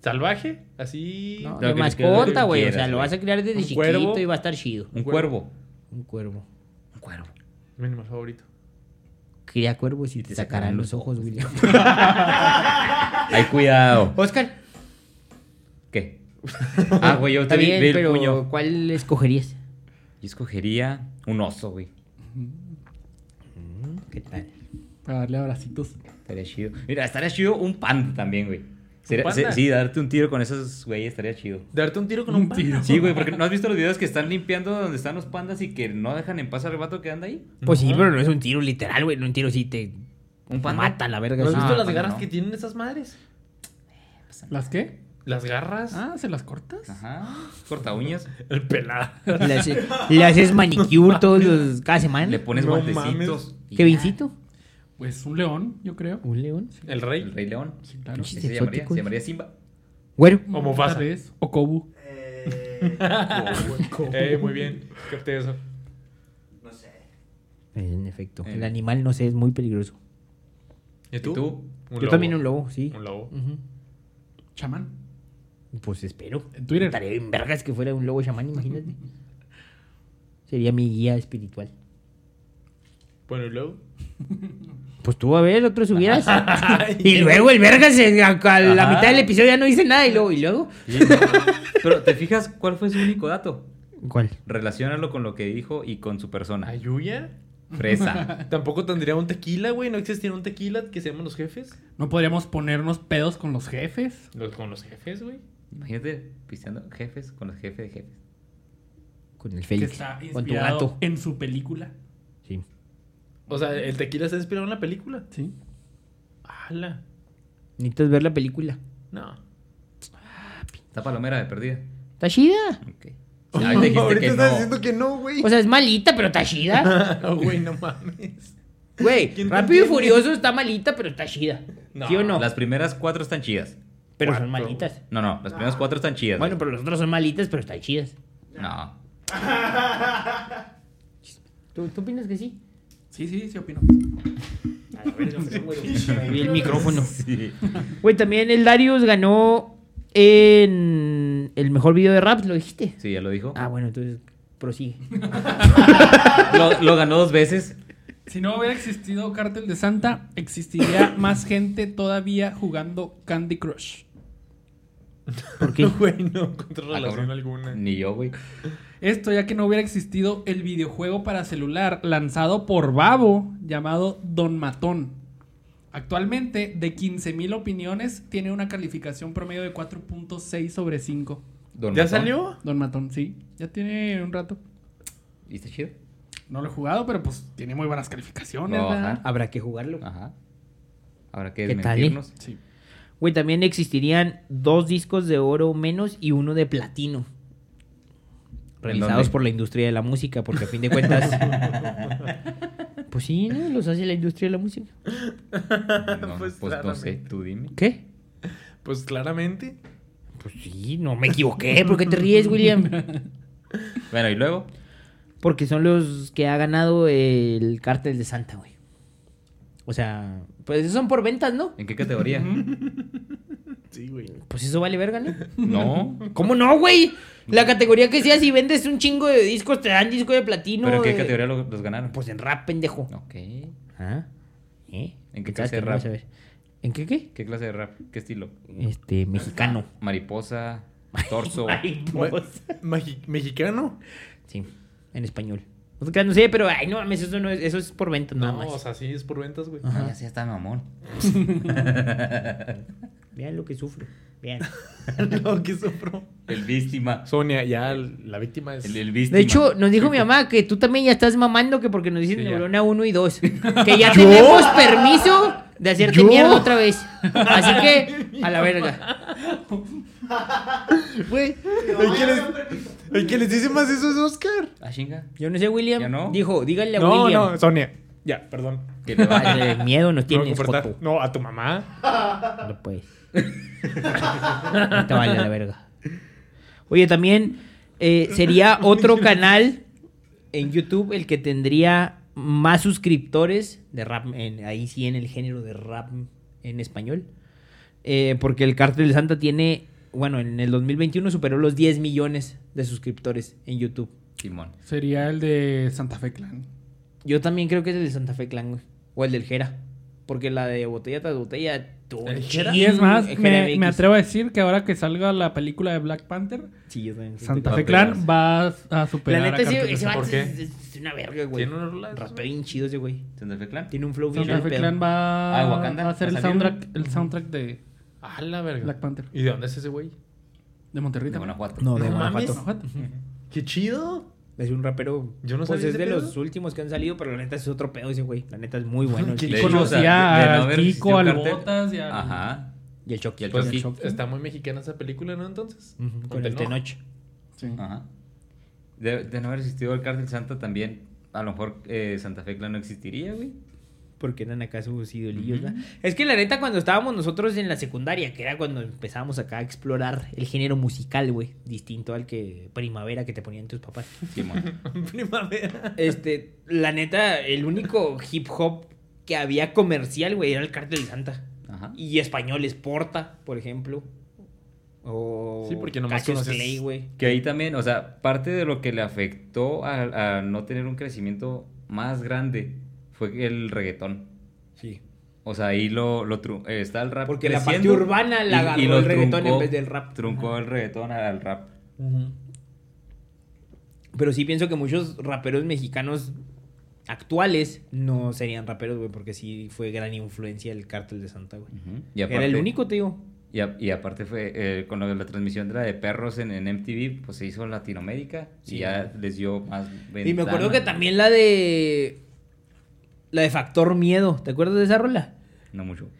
Speaker 5: ¿Salvaje? Así.
Speaker 2: No,
Speaker 3: Lo
Speaker 2: de
Speaker 3: que le quieras, lo
Speaker 2: mascota,
Speaker 3: que
Speaker 2: güey. O
Speaker 3: quieras,
Speaker 2: sea, lo
Speaker 3: güey.
Speaker 2: vas a criar desde
Speaker 5: Un
Speaker 2: chiquito
Speaker 5: cuervo.
Speaker 2: y va a estar chido.
Speaker 3: Un cuervo.
Speaker 2: Un cuervo.
Speaker 3: Un cuervo.
Speaker 5: Mi animal favorito.
Speaker 2: Cría cuervos y, te, sacarán
Speaker 3: sacarán
Speaker 2: los ojos, William.
Speaker 3: Ay, cuidado.
Speaker 2: Oscar,
Speaker 3: ¿Qué? Ah, güey, yo
Speaker 2: está
Speaker 3: te vi,
Speaker 2: bien,
Speaker 3: vi el
Speaker 2: pero
Speaker 3: puño.
Speaker 2: ¿cuál escogerías?
Speaker 3: Yo escogería un oso, güey.
Speaker 2: ¿Qué tal?
Speaker 1: Para darle abracitos.
Speaker 3: Estaría chido. Mira, estaría chido un panda también, güey. Sería-
Speaker 5: panda?
Speaker 3: se- sí, darte un tiro con esos güeyes estaría chido.
Speaker 5: Darte un tiro con un panda.
Speaker 3: Sí, güey, porque ¿no has visto los videos que están limpiando donde están los pandas y que no dejan en paz al vato que anda ahí?
Speaker 2: Pues sí, pero no es un tiro literal, güey. Un tiro sí te
Speaker 3: ¿Un panda?
Speaker 2: mata la verga.
Speaker 5: ¿No has
Speaker 2: sí.
Speaker 5: visto
Speaker 3: Ah,
Speaker 5: las
Speaker 3: bueno,
Speaker 5: garras
Speaker 3: no.
Speaker 5: que tienen esas madres?
Speaker 1: ¿Las qué?
Speaker 5: Las garras.
Speaker 1: Ah, ¿se las cortas?
Speaker 3: Ajá. Corta uñas.
Speaker 5: El pelado.
Speaker 2: Ah. Le haces, le haces manicure todos los, cada semana.
Speaker 3: Le pones
Speaker 5: No
Speaker 3: guantecitos. y
Speaker 2: ¿Qué
Speaker 3: ya.
Speaker 2: vincito?
Speaker 1: Pues un león, yo creo.
Speaker 2: ¿Un león?
Speaker 5: El rey.
Speaker 3: El Rey León.
Speaker 1: Sí, claro.
Speaker 2: Pinches
Speaker 3: Ese se llamaría,
Speaker 2: exóticos.
Speaker 3: se llamaría Simba.
Speaker 2: Güero.
Speaker 5: O Mufasa.
Speaker 1: Tal vez. O Kobu.
Speaker 4: Eh,
Speaker 5: Eh, muy bien. Capté eso.
Speaker 4: no sé.
Speaker 2: En efecto.
Speaker 3: Eh.
Speaker 2: El animal, no sé, es muy peligroso.
Speaker 5: ¿Y tú?
Speaker 3: tú?
Speaker 5: Un
Speaker 2: Yo también un lobo, Mm. sí.
Speaker 5: Un lobo.
Speaker 2: Ujú.
Speaker 1: Chamán.
Speaker 2: Pues espero.
Speaker 1: En Twitter.
Speaker 2: Estaría bien vergas que fuera un lobo chamán, imagínate. Sería mi guía espiritual.
Speaker 5: Bueno, un lobo.
Speaker 2: Pues tú a ver, otro subieras. y luego el vergas se- a, a la
Speaker 3: Ajá.
Speaker 2: mitad del episodio ya no dice nada. Y luego, ¿y luego?
Speaker 3: Sí, no. Pero ¿te fijas cuál fue su único dato?
Speaker 2: ¿Cuál?
Speaker 3: Relaciónalo con lo que dijo y con su persona.
Speaker 5: ¿Ayuya?
Speaker 3: Fresa.
Speaker 5: Tampoco tendría un tequila, güey. ¿No existiría un tequila que se llaman los jefes?
Speaker 1: ¿No podríamos ponernos pedos con los jefes?
Speaker 5: Los, con los jefes, güey.
Speaker 3: Imagínate pisteando jefes con los jefes de jefes.
Speaker 2: Con el
Speaker 1: Que
Speaker 2: Félix.
Speaker 1: está
Speaker 2: Con tu
Speaker 1: inspirado
Speaker 2: gato.
Speaker 1: en su película.
Speaker 2: Sí.
Speaker 5: O sea, el tequila se inspiró en la película.
Speaker 1: Sí.
Speaker 5: ¡Hala!
Speaker 2: Necesitas ver la película.
Speaker 5: No.
Speaker 3: Está palomera de perdida.
Speaker 2: Está chida.
Speaker 3: Ok. Ahorita dijiste que no.
Speaker 5: que no, güey.
Speaker 2: O sea, es malita, pero está chida.
Speaker 5: No, Ah, güey, no mames.
Speaker 2: Güey,
Speaker 5: ¿Quién te
Speaker 2: Rápido y
Speaker 5: entiende?
Speaker 2: Furioso está malita, pero está chida.
Speaker 5: No,
Speaker 2: ¿Sí o no?
Speaker 3: Las primeras cuatro están chidas.
Speaker 2: Pero son
Speaker 5: cuatro.
Speaker 2: malitas.
Speaker 3: No, no, las primeras cuatro están chidas.
Speaker 2: Ah. Bueno,
Speaker 3: güey.
Speaker 2: pero los otros son malitas, pero están chidas.
Speaker 3: No.
Speaker 2: ¿Tú, tú opinas que sí?
Speaker 1: Sí, sí, sí opino.
Speaker 2: Vi
Speaker 4: eh,
Speaker 2: el micrófono.
Speaker 3: Sí.
Speaker 2: Güey, también el Darius ganó en el mejor video de raps, ¿lo dijiste?
Speaker 3: Sí, ya lo dijo.
Speaker 2: Ah, bueno, entonces prosigue.
Speaker 3: Lo, lo ganó dos veces.
Speaker 1: Si no hubiera existido Cártel de Santa, existiría más gente todavía jugando Candy Crush.
Speaker 2: ¿Por qué?
Speaker 5: No, güey, no encuentro
Speaker 3: Ah,
Speaker 5: relación
Speaker 3: cabrón.
Speaker 5: alguna.
Speaker 3: Ni yo, güey.
Speaker 1: Esto ya que no hubiera existido el videojuego para celular lanzado por Babo llamado Don Matón. Actualmente, de 15.000 opiniones, tiene una calificación promedio de 4.6 sobre 5.
Speaker 3: Don
Speaker 5: ¿Ya
Speaker 3: Matón.
Speaker 5: salió?
Speaker 1: Don Matón, sí. Ya tiene un rato.
Speaker 3: ¿Y está chido?
Speaker 1: No lo he jugado, pero pues tiene muy buenas calificaciones,
Speaker 3: No,
Speaker 1: ¿verdad?
Speaker 3: ajá.
Speaker 2: Habrá que jugarlo.
Speaker 3: Ajá. Ahora que
Speaker 2: ¿Qué tal, eh?
Speaker 3: desmentirnos.
Speaker 1: Sí.
Speaker 2: Güey, también existirían dos discos de oro menos y uno de platino. Realizados
Speaker 3: dónde?
Speaker 2: por la industria de la música, porque a fin de cuentas. pues sí, ¿no? Los hace la industria de la música.
Speaker 3: No,
Speaker 5: Pues
Speaker 3: pues no sé,
Speaker 5: claramente.
Speaker 3: tú dime.
Speaker 2: ¿Qué?
Speaker 5: Pues claramente.
Speaker 2: Pues sí, no me equivoqué. ¿Por qué te ríes, William?
Speaker 3: Bueno, y luego.
Speaker 2: Porque son los que ha ganado el Cártel de Santa, güey. O sea, pues esos son por ventas, ¿no?
Speaker 3: ¿En qué categoría?
Speaker 5: Sí, güey.
Speaker 2: Pues eso vale verga, ¿no?
Speaker 8: No.
Speaker 2: ¿Cómo no, güey? La categoría que sea, si vendes un chingo de discos, te dan disco de platino.
Speaker 8: ¿Pero en qué
Speaker 2: de-
Speaker 8: categoría lo- los ganaron?
Speaker 2: Pues en rap, pendejo.
Speaker 8: Ok.
Speaker 2: ¿Ah? ¿Eh?
Speaker 8: ¿En qué
Speaker 2: Pensabas
Speaker 8: clase de
Speaker 2: que no ibas
Speaker 8: rap?
Speaker 2: a ver. ¿En qué qué?
Speaker 8: ¿Qué clase de rap? ¿Qué estilo?
Speaker 2: Este, mexicano.
Speaker 8: Mariposa, torso.
Speaker 5: Magi- ¿Mexicano?
Speaker 2: Sí, en español. No te creas, no sé, pero ay, no mames, eso no es, eso es por ventas
Speaker 5: No,
Speaker 2: nada más.
Speaker 5: o sea, sí es por ventas, güey.
Speaker 2: Ajá.
Speaker 3: Ah, ya sí, está mamón.
Speaker 2: Vean lo que sufro. Vean.
Speaker 5: no, que sufro.
Speaker 3: El víctima.
Speaker 5: Sonia, ya la víctima es.
Speaker 3: El, el víctima.
Speaker 2: De hecho, nos dijo mi mamá que tú también ya estás mamando que porque nos dicen
Speaker 5: Sí, ya.
Speaker 2: neurona 1 y 2. Que ya
Speaker 5: ¿Yo?
Speaker 2: tenemos permiso de hacerte
Speaker 5: ¿Yo?
Speaker 2: mierda otra vez. Así que, a la verga. Güey,
Speaker 5: ¿El que, les, el que les dice más eso es Oscar.
Speaker 3: Ah, chinga.
Speaker 2: yo no sé, William.
Speaker 3: ¿Ya no?
Speaker 2: Dijo, dígale a
Speaker 5: No,
Speaker 2: William.
Speaker 5: no, Sonia. Ya, perdón.
Speaker 3: Que le vaya.
Speaker 2: Madre, miedo nos
Speaker 5: Tengo que
Speaker 2: tienes,
Speaker 5: cortar.
Speaker 2: Joto.
Speaker 5: No, a tu mamá.
Speaker 2: No puedes. No te vale la verga. Oye, también eh, sería otro canal en YouTube el que tendría más suscriptores de rap, en- ahí sí en el género de rap en español. Eh, porque el Cártel de Santa tiene, bueno, en el 2021 superó los 10 millones de suscriptores en YouTube.
Speaker 3: Simón.
Speaker 1: Sería el de Santa Fe Clan.
Speaker 2: Yo también creo que es el de Santa Fe Clan, güey. O el del Jera. Porque la de botella tras botella tuvo
Speaker 5: ¿El
Speaker 2: un
Speaker 5: Jera?
Speaker 1: Y es más,
Speaker 3: Mm,
Speaker 2: chingo- Jera
Speaker 1: me,
Speaker 2: MX.
Speaker 1: me atrevo a decir que ahora que salga la película de Black Panther,
Speaker 2: Sí, yo también.
Speaker 1: Santa
Speaker 3: Va a
Speaker 1: Fe Clan
Speaker 3: pegarse.
Speaker 1: va a superar
Speaker 2: La neta,
Speaker 1: a
Speaker 2: ese,
Speaker 1: Cártel de
Speaker 2: ese
Speaker 1: Santa
Speaker 2: vato
Speaker 5: ¿por qué?
Speaker 2: es, es una verga, güey.
Speaker 5: Tiene una rola de esas,
Speaker 2: Rapea bien chido ese güey.
Speaker 3: ¿Santa Fe Clan?
Speaker 2: Tiene un flow bien
Speaker 1: Santa Fe
Speaker 2: pedo.
Speaker 1: Clan va,
Speaker 3: Ah, Wakanda,
Speaker 1: va a hacer
Speaker 3: ¿va
Speaker 1: el
Speaker 3: a salir?
Speaker 1: soundtrack, el soundtrack de,
Speaker 5: A Ah, la verga.
Speaker 1: Black Panther.
Speaker 5: ¿Y de dónde es ese güey?
Speaker 1: de Monterrey.
Speaker 3: De
Speaker 1: también.
Speaker 3: Guanajuato.
Speaker 9: No, de
Speaker 5: No mames.
Speaker 9: Guanajuato.
Speaker 1: Guanajuato.
Speaker 5: ¡Qué chido!
Speaker 2: Es un rapero.
Speaker 5: Yo no
Speaker 2: Pues
Speaker 5: sabía
Speaker 2: es
Speaker 5: ese
Speaker 2: de
Speaker 5: pedo.
Speaker 2: los últimos que han salido, pero la neta es otro pedo ese güey. La neta es muy bueno. el
Speaker 5: Qué
Speaker 2: Kiko.
Speaker 5: De
Speaker 1: Conocía
Speaker 5: hecho, o
Speaker 3: sea, de no
Speaker 1: al
Speaker 3: haber
Speaker 1: Kiko,
Speaker 3: existido
Speaker 1: al
Speaker 3: Cartel-
Speaker 1: Botas y al...
Speaker 3: Ajá.
Speaker 2: Y el Chucky.
Speaker 3: Y el
Speaker 5: Pues sí,
Speaker 1: Shock.
Speaker 5: está muy mexicana esa película, ¿no? Entonces.
Speaker 2: Ujú, Con el
Speaker 5: Tenoch.
Speaker 2: Tenoch.
Speaker 1: Sí.
Speaker 3: Ajá. De, de no haber existido el Cártel Santa también, a lo mejor eh, Santa Fe Clan no existiría, güey.
Speaker 2: Porque eran acá sus idolillos. ¿verdad? Es que la neta, cuando estábamos nosotros en la secundaria, que era cuando empezábamos acá a explorar el género musical, güey. Distinto al que primavera que te ponían tus papás.
Speaker 3: Simón.
Speaker 5: Primavera.
Speaker 2: Este, la neta, el único hip hop que había comercial, güey, era el Cártel de Santa.
Speaker 3: Ajá.
Speaker 2: Y españoles, Porta, por ejemplo. O
Speaker 5: Sí, porque nomás
Speaker 2: Cassius
Speaker 5: conoces-
Speaker 2: Clay, güey.
Speaker 3: Que ahí también, o sea, parte de lo que le afectó a, a no tener un crecimiento más grande fue el reggaetón.
Speaker 2: Sí.
Speaker 3: O sea, ahí lo, lo tru- eh, está el rap.
Speaker 2: Porque la parte
Speaker 3: creciendo
Speaker 2: urbana la agarró
Speaker 3: lo
Speaker 2: el reggaetón en vez del rap.
Speaker 3: Truncó el reggaetón al rap.
Speaker 2: Pero sí pienso que muchos raperos mexicanos actuales no serían raperos, güey, porque sí fue gran influencia el Cártel de Santa, güey.
Speaker 3: Ujú. Y
Speaker 2: era el
Speaker 3: aparte-
Speaker 2: único, te digo.
Speaker 3: Y, a- y aparte fue eh, con lo de la transmisión de la de perros en, en MTV, pues se hizo en Latinoamérica
Speaker 2: Sí.
Speaker 3: y ya les dio más
Speaker 2: Y me acuerdo
Speaker 3: ventana.
Speaker 2: que también la de. La de Factor Miedo. ¿Te acuerdas de esa rola?
Speaker 3: No mucho.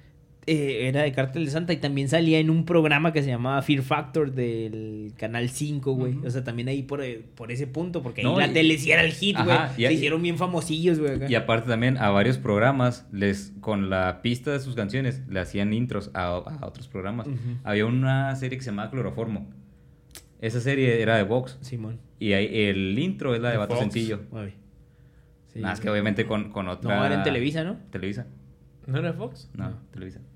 Speaker 2: eh, era de Cártel de Santa y también salía en un programa que se llamaba Fear Factor del Canal 5, güey.
Speaker 1: Ujú.
Speaker 2: O sea, también ahí por, eh, por ese punto, porque ahí
Speaker 3: No,
Speaker 2: la
Speaker 3: y-
Speaker 2: tele sí era el hit, güey.
Speaker 3: Ajá, y-
Speaker 2: Se hicieron bien famosillos, güey. acá.
Speaker 3: Y aparte también a varios programas, les con la pista de sus canciones, le hacían intros a, a otros programas. Había una serie que se llamaba Cloroformo. Esa serie era de Vox.
Speaker 2: Simón.
Speaker 3: Y ahí el intro es la de,
Speaker 5: De
Speaker 3: Vato
Speaker 5: Vox.
Speaker 3: Sencillo.
Speaker 2: Mueve. Sí.
Speaker 3: Nada, es que obviamente con, con
Speaker 2: No,
Speaker 3: otra...
Speaker 2: era en Televisa, ¿no?
Speaker 3: Televisa.
Speaker 5: ¿No era Fox?
Speaker 3: No, Televisa. Ah.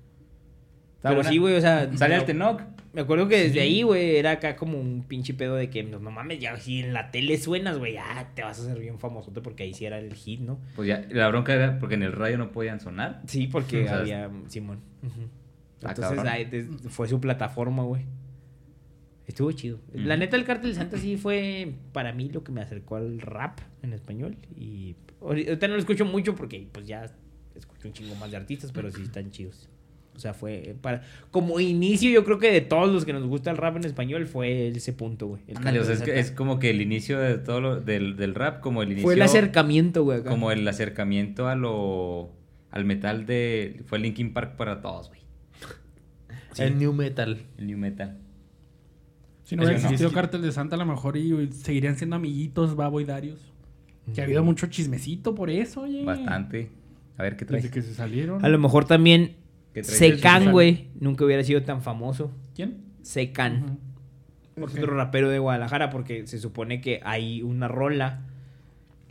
Speaker 3: Está
Speaker 2: Pero
Speaker 3: buena.
Speaker 2: sí, güey, o sea.
Speaker 3: Sale
Speaker 2: me-
Speaker 3: el Tenoch.
Speaker 2: Me acuerdo que desde ahí, güey, era acá como un pinche pedo de que no, no mames, ya si en la tele suenas, güey, ya te vas a hacer bien famosote porque ahí sí era el hit, ¿no?
Speaker 3: Pues ya, la bronca era porque en el radio no podían sonar.
Speaker 2: Sí, porque
Speaker 3: O sea,
Speaker 2: había Simón.
Speaker 3: Ah,
Speaker 2: Entonces
Speaker 3: cabrón.
Speaker 2: ahí des- fue su plataforma, güey. Estuvo chido. La
Speaker 3: Ujú.
Speaker 2: neta, el Cártel Santa sí fue para mí lo que me acercó al rap en español. Y ahori- ahorita no lo escucho mucho porque pues ya escucho un chingo más de artistas, pero sí están chidos. O sea, fue para... Como inicio, yo creo que de todos los que nos gusta el rap en español fue ese punto, güey. El
Speaker 3: Ándale, o sea,
Speaker 2: Cártel
Speaker 3: es, que-
Speaker 2: Santa.
Speaker 3: es como que el inicio de todo lo- del, del rap, como el inicio...
Speaker 2: Fue el acercamiento, güey. acá.
Speaker 3: Como el acercamiento a lo... Al metal de... Fue Linkin Park para todos, güey.
Speaker 5: El New Metal.
Speaker 3: El new metal.
Speaker 1: Si no hubiera
Speaker 3: Eso no.
Speaker 1: existido Cártel de Santa, a lo mejor y, y seguirían siendo amiguitos Babo y Darius. Que ha habido mucho chismecito por eso, oye.
Speaker 3: Bastante. A ver, ¿qué traes?
Speaker 1: Desde que se salieron.
Speaker 2: A lo mejor también
Speaker 3: ¿Qué traes?
Speaker 2: Secan,
Speaker 1: Chisme.
Speaker 2: güey, nunca hubiera sido tan famoso.
Speaker 1: ¿Quién?
Speaker 2: Secan.
Speaker 1: Ujú.
Speaker 2: Porque
Speaker 1: Ok.
Speaker 2: otro rapero de Guadalajara, porque se supone que hay una rola,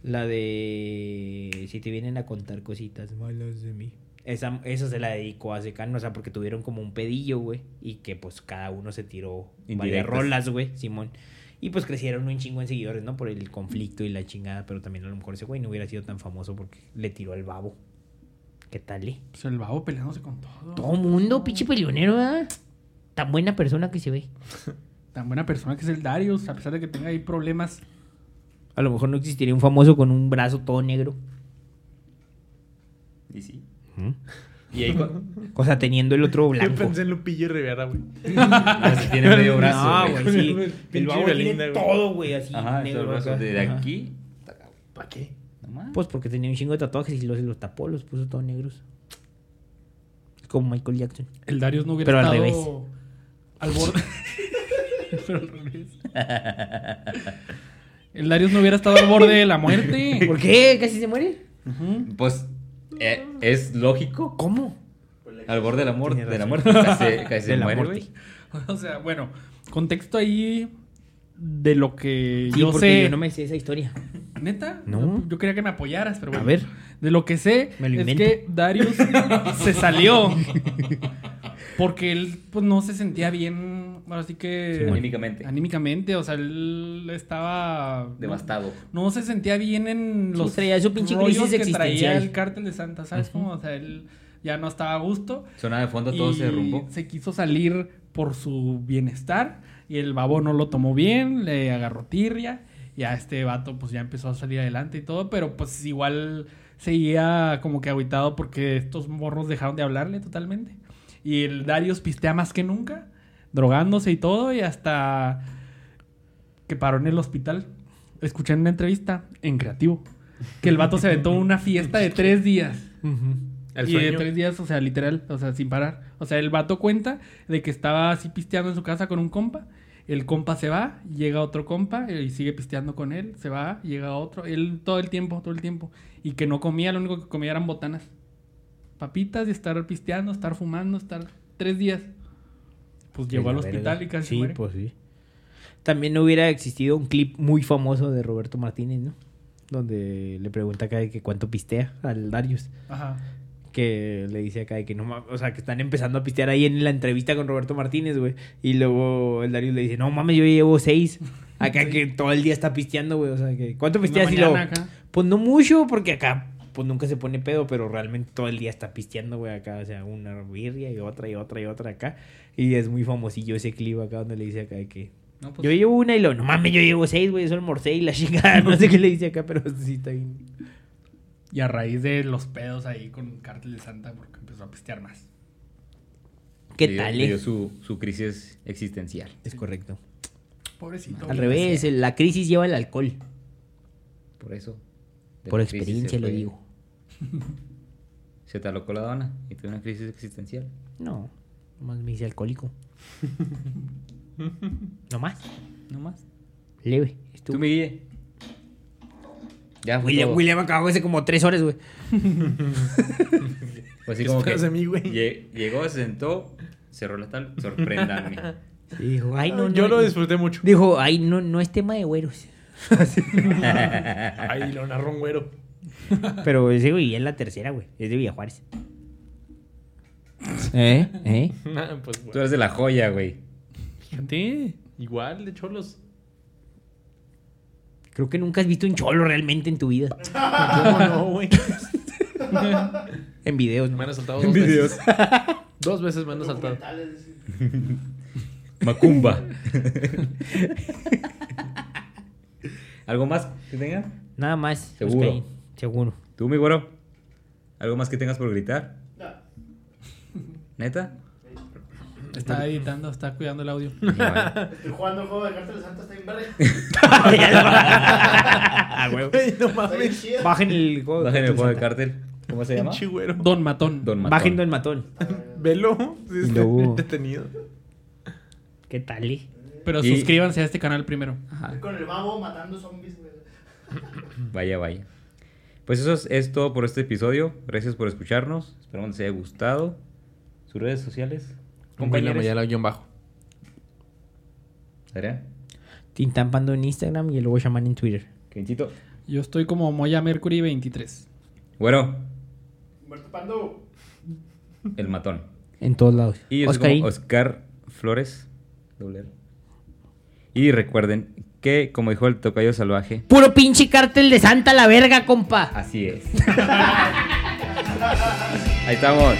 Speaker 2: la de... Si te vienen a contar cositas malas de mí. Esa, esa se la dedicó a Secano, o sea, porque tuvieron como un pedillo, güey. Y que pues cada uno se tiró varias
Speaker 6: Indirectas.
Speaker 2: rolas, güey, Simón. Y pues crecieron un chingo en seguidores, ¿no? Por el conflicto y la chingada, pero también a lo mejor ese güey no hubiera sido tan famoso porque le tiró al babo. ¿Qué tal, eh?
Speaker 1: Pues el babo peleándose con todo.
Speaker 2: Todo mundo, pinche peleonero, ¿verdad? Tan buena persona que se ve.
Speaker 1: Tan buena persona que es el Darius, a pesar de que tenga ahí problemas.
Speaker 2: A lo mejor no existiría un famoso con un brazo todo negro.
Speaker 6: Y sí.
Speaker 3: Y ahí cu-
Speaker 2: O sea, teniendo el otro
Speaker 5: Yo
Speaker 2: blanco.
Speaker 5: pensé en Lupillo Rivera, güey.
Speaker 6: Así tiene medio brazo.
Speaker 2: no,
Speaker 6: güey.
Speaker 2: Ah, güey, sí.
Speaker 5: El
Speaker 2: El babo
Speaker 5: Belinda,
Speaker 2: tiene
Speaker 5: güey.
Speaker 2: todo, güey, así
Speaker 6: Ajá, todo el
Speaker 2: negro.
Speaker 6: brazo
Speaker 2: acá.
Speaker 6: de
Speaker 2: Ajá.
Speaker 6: aquí.
Speaker 5: ¿Para qué?
Speaker 6: Nomás.
Speaker 2: Pues porque tenía un chingo de tatuajes y los, los tapó, los puso todos negros. Es como Michael Jackson.
Speaker 1: El Darius no hubiera
Speaker 2: Pero al
Speaker 1: estado
Speaker 2: revés.
Speaker 1: al borde. Pero al revés. El Darius no hubiera estado al borde de la muerte.
Speaker 2: ¿Por qué? ¿Casi se muere?
Speaker 1: Ujú.
Speaker 6: Pues eh, es lógico.
Speaker 2: ¿Cómo?
Speaker 4: Pues
Speaker 6: Al borde de la, muerte
Speaker 2: Tiene
Speaker 6: de la
Speaker 2: razón.
Speaker 6: muerte. Casi, casi se
Speaker 2: De la
Speaker 6: muere,
Speaker 2: muerte.
Speaker 6: güey.
Speaker 1: O sea, bueno, contexto ahí de lo que
Speaker 2: Sí,
Speaker 1: yo
Speaker 2: porque
Speaker 1: sé.
Speaker 2: yo no me sé esa historia.
Speaker 1: ¿Neta?
Speaker 2: No.
Speaker 1: Yo quería que me apoyaras, pero
Speaker 2: A
Speaker 1: bueno.
Speaker 2: ver.
Speaker 1: De lo que sé
Speaker 2: Me lo
Speaker 1: es
Speaker 2: invento.
Speaker 1: que Darius se salió. Porque él pues no se sentía bien, ahora sí que...
Speaker 6: Sí, anímicamente.
Speaker 1: Anímicamente, o sea, él estaba...
Speaker 6: Devastado.
Speaker 1: No se sentía bien en
Speaker 2: Sí,
Speaker 1: los
Speaker 2: traía su pinche
Speaker 1: rollos
Speaker 2: crisis
Speaker 1: que traía
Speaker 2: existencial.
Speaker 1: el cártel de Santa, ¿sabes cómo? O sea, él ya no estaba a gusto.
Speaker 6: Sonaba de fondo, todo
Speaker 1: y
Speaker 6: se derrumbó.
Speaker 1: Se quiso salir por su bienestar y el babo no lo tomó bien, le agarró tirria. Ya este vato pues ya empezó a salir adelante y todo, pero pues igual seguía como que aguitado porque estos morros dejaron de hablarle totalmente. Y el Darius pistea más que nunca, drogándose y todo, y hasta que paró en el hospital. Escuché en una entrevista en Creativo que el vato se aventó una fiesta de tres días
Speaker 5: El
Speaker 1: y de
Speaker 5: sueño.
Speaker 1: tres días, o sea, literal, o sea, sin parar. O sea, el vato cuenta de que estaba así pisteando en su casa con un compa. El compa se va, llega otro compa y sigue pisteando con él, se va, llega otro, él todo el tiempo, todo el tiempo. Y que no comía, lo único que comía eran botanas. Papitas y estar pisteando, estar fumando, estar tres días. Pues llegó al
Speaker 2: La verga.
Speaker 1: hospital y casi
Speaker 2: Sí,
Speaker 1: muere.
Speaker 2: pues sí. También no hubiera existido un clip muy famoso de Roberto Martínez, ¿no? Donde le pregunta acá de que cuánto pistea al Darius.
Speaker 1: Ajá.
Speaker 2: que le dice acá de que no mames, o sea, que están empezando a pistear ahí en la entrevista con Roberto Martínez, güey. Y luego el Darius le dice, no mames, yo llevo seis. Acá que todo el día está pisteando, güey. O sea, que ¿cuánto
Speaker 1: Una
Speaker 2: pisteas? Y
Speaker 1: mañana
Speaker 2: luego,
Speaker 1: acá.
Speaker 2: pues no mucho, porque acá pues nunca se pone pedo, pero realmente todo el día está pisteando, güey, acá, o sea, una birria y otra y otra y otra acá. Y es muy famosillo ese clip acá donde le dice acá de que
Speaker 6: No, pues,
Speaker 2: yo llevo una y lo, no mames, yo llevo seis, güey, solo almorcé y la chingada, no sé qué le dice acá, pero sí está bien.
Speaker 1: Y a raíz de los pedos ahí con el cártel de Santa, porque empezó a pistear más.
Speaker 2: ¿Qué
Speaker 6: le dio-
Speaker 2: tal,
Speaker 6: le
Speaker 2: eh?
Speaker 6: dio su, su crisis existencial.
Speaker 2: Es correcto.
Speaker 1: Pobrecito.
Speaker 2: Al revés, el- la crisis lleva el alcohol.
Speaker 6: Por eso. de
Speaker 2: Por
Speaker 6: la crisis
Speaker 2: experiencia
Speaker 6: se
Speaker 2: lo
Speaker 6: fue-
Speaker 2: digo.
Speaker 6: Se te alocó la dona y tuve una crisis existencial.
Speaker 2: No, nomás me hice alcohólico. nomás,
Speaker 6: No más.
Speaker 2: leve.
Speaker 6: Tú,
Speaker 2: estuvo.
Speaker 6: mi guille. Ya, fue
Speaker 2: William,
Speaker 6: todo.
Speaker 2: William acabó hace como tres horas, güey.
Speaker 6: Pues así como que
Speaker 5: esperas de mí, güey?
Speaker 6: lle- llegó, se sentó, cerró la tal, sorpréndanme.
Speaker 2: Y dijo, ay, no, no.
Speaker 5: Yo lo disfruté mucho.
Speaker 2: Dijo, ay, no, no es tema de güeros. Ah,
Speaker 5: Ay, lo narró un güero.
Speaker 2: Pero ese güey es la tercera, güey. Es de Villa Juárez. ¿Eh? ¿Eh?
Speaker 5: Nah, pues,
Speaker 6: Tú
Speaker 5: güey.
Speaker 6: eres de la joya, güey.
Speaker 5: Fíjate. Igual de cholos.
Speaker 2: Creo que nunca has visto un cholo realmente en tu vida.
Speaker 5: ¿Cómo no, güey?
Speaker 2: En videos,
Speaker 5: Me han
Speaker 2: ¿no?
Speaker 5: asaltado dos veces. Dos veces me han asaltado.
Speaker 4: Documentales, sí.
Speaker 6: Macumba. ¿Algo más que tengas?
Speaker 2: Nada más.
Speaker 6: Seguro.
Speaker 2: Oscarín, Seguro.
Speaker 6: ¿Tú, mi güero? ¿Algo más que tengas por gritar?
Speaker 4: No.
Speaker 6: ¿Neta?
Speaker 1: Está editando, está cuidando el audio.
Speaker 4: Estoy jugando el juego de cartas de Santa, está bien verga.
Speaker 2: Ah, güey.
Speaker 5: no
Speaker 4: Está bien chido.
Speaker 2: Bajen el juego.
Speaker 6: Bajen el juego de cártel. ¿Cómo se llama?
Speaker 5: Pinche güero.
Speaker 1: Don Matón.
Speaker 6: Don Matón.
Speaker 2: Bajen el matón.
Speaker 5: Velo. Sí, está
Speaker 2: luego-
Speaker 5: detenido.
Speaker 2: ¿Qué tal, eh?
Speaker 1: Pero
Speaker 6: Y-
Speaker 1: suscríbanse a este canal primero.
Speaker 6: Ajá.
Speaker 4: Con el babo matando zombies, güey.
Speaker 6: Vaya, vaya. Pues eso es, es todo por este episodio. Gracias por escucharnos. Esperamos les haya gustado. ¿Sus redes sociales?
Speaker 5: Compañero,
Speaker 6: compañeros?
Speaker 5: ya la guión bajo.
Speaker 6: Adrián.
Speaker 2: Tintampando en Instagram y luego llaman en Twitter.
Speaker 6: Quinchito.
Speaker 1: Yo estoy como Moya Mercury 23.
Speaker 6: Bueno,
Speaker 4: Humberto Pando.
Speaker 3: el matón.
Speaker 2: En todos lados.
Speaker 3: Y yo soy
Speaker 2: Oscarín.
Speaker 3: como Oscar Flores. doble R. Y recuerden que, como dijo el tocayo salvaje,
Speaker 2: Puro pinche cártel de Santa la verga, compa.
Speaker 3: así es. Ahí estamos.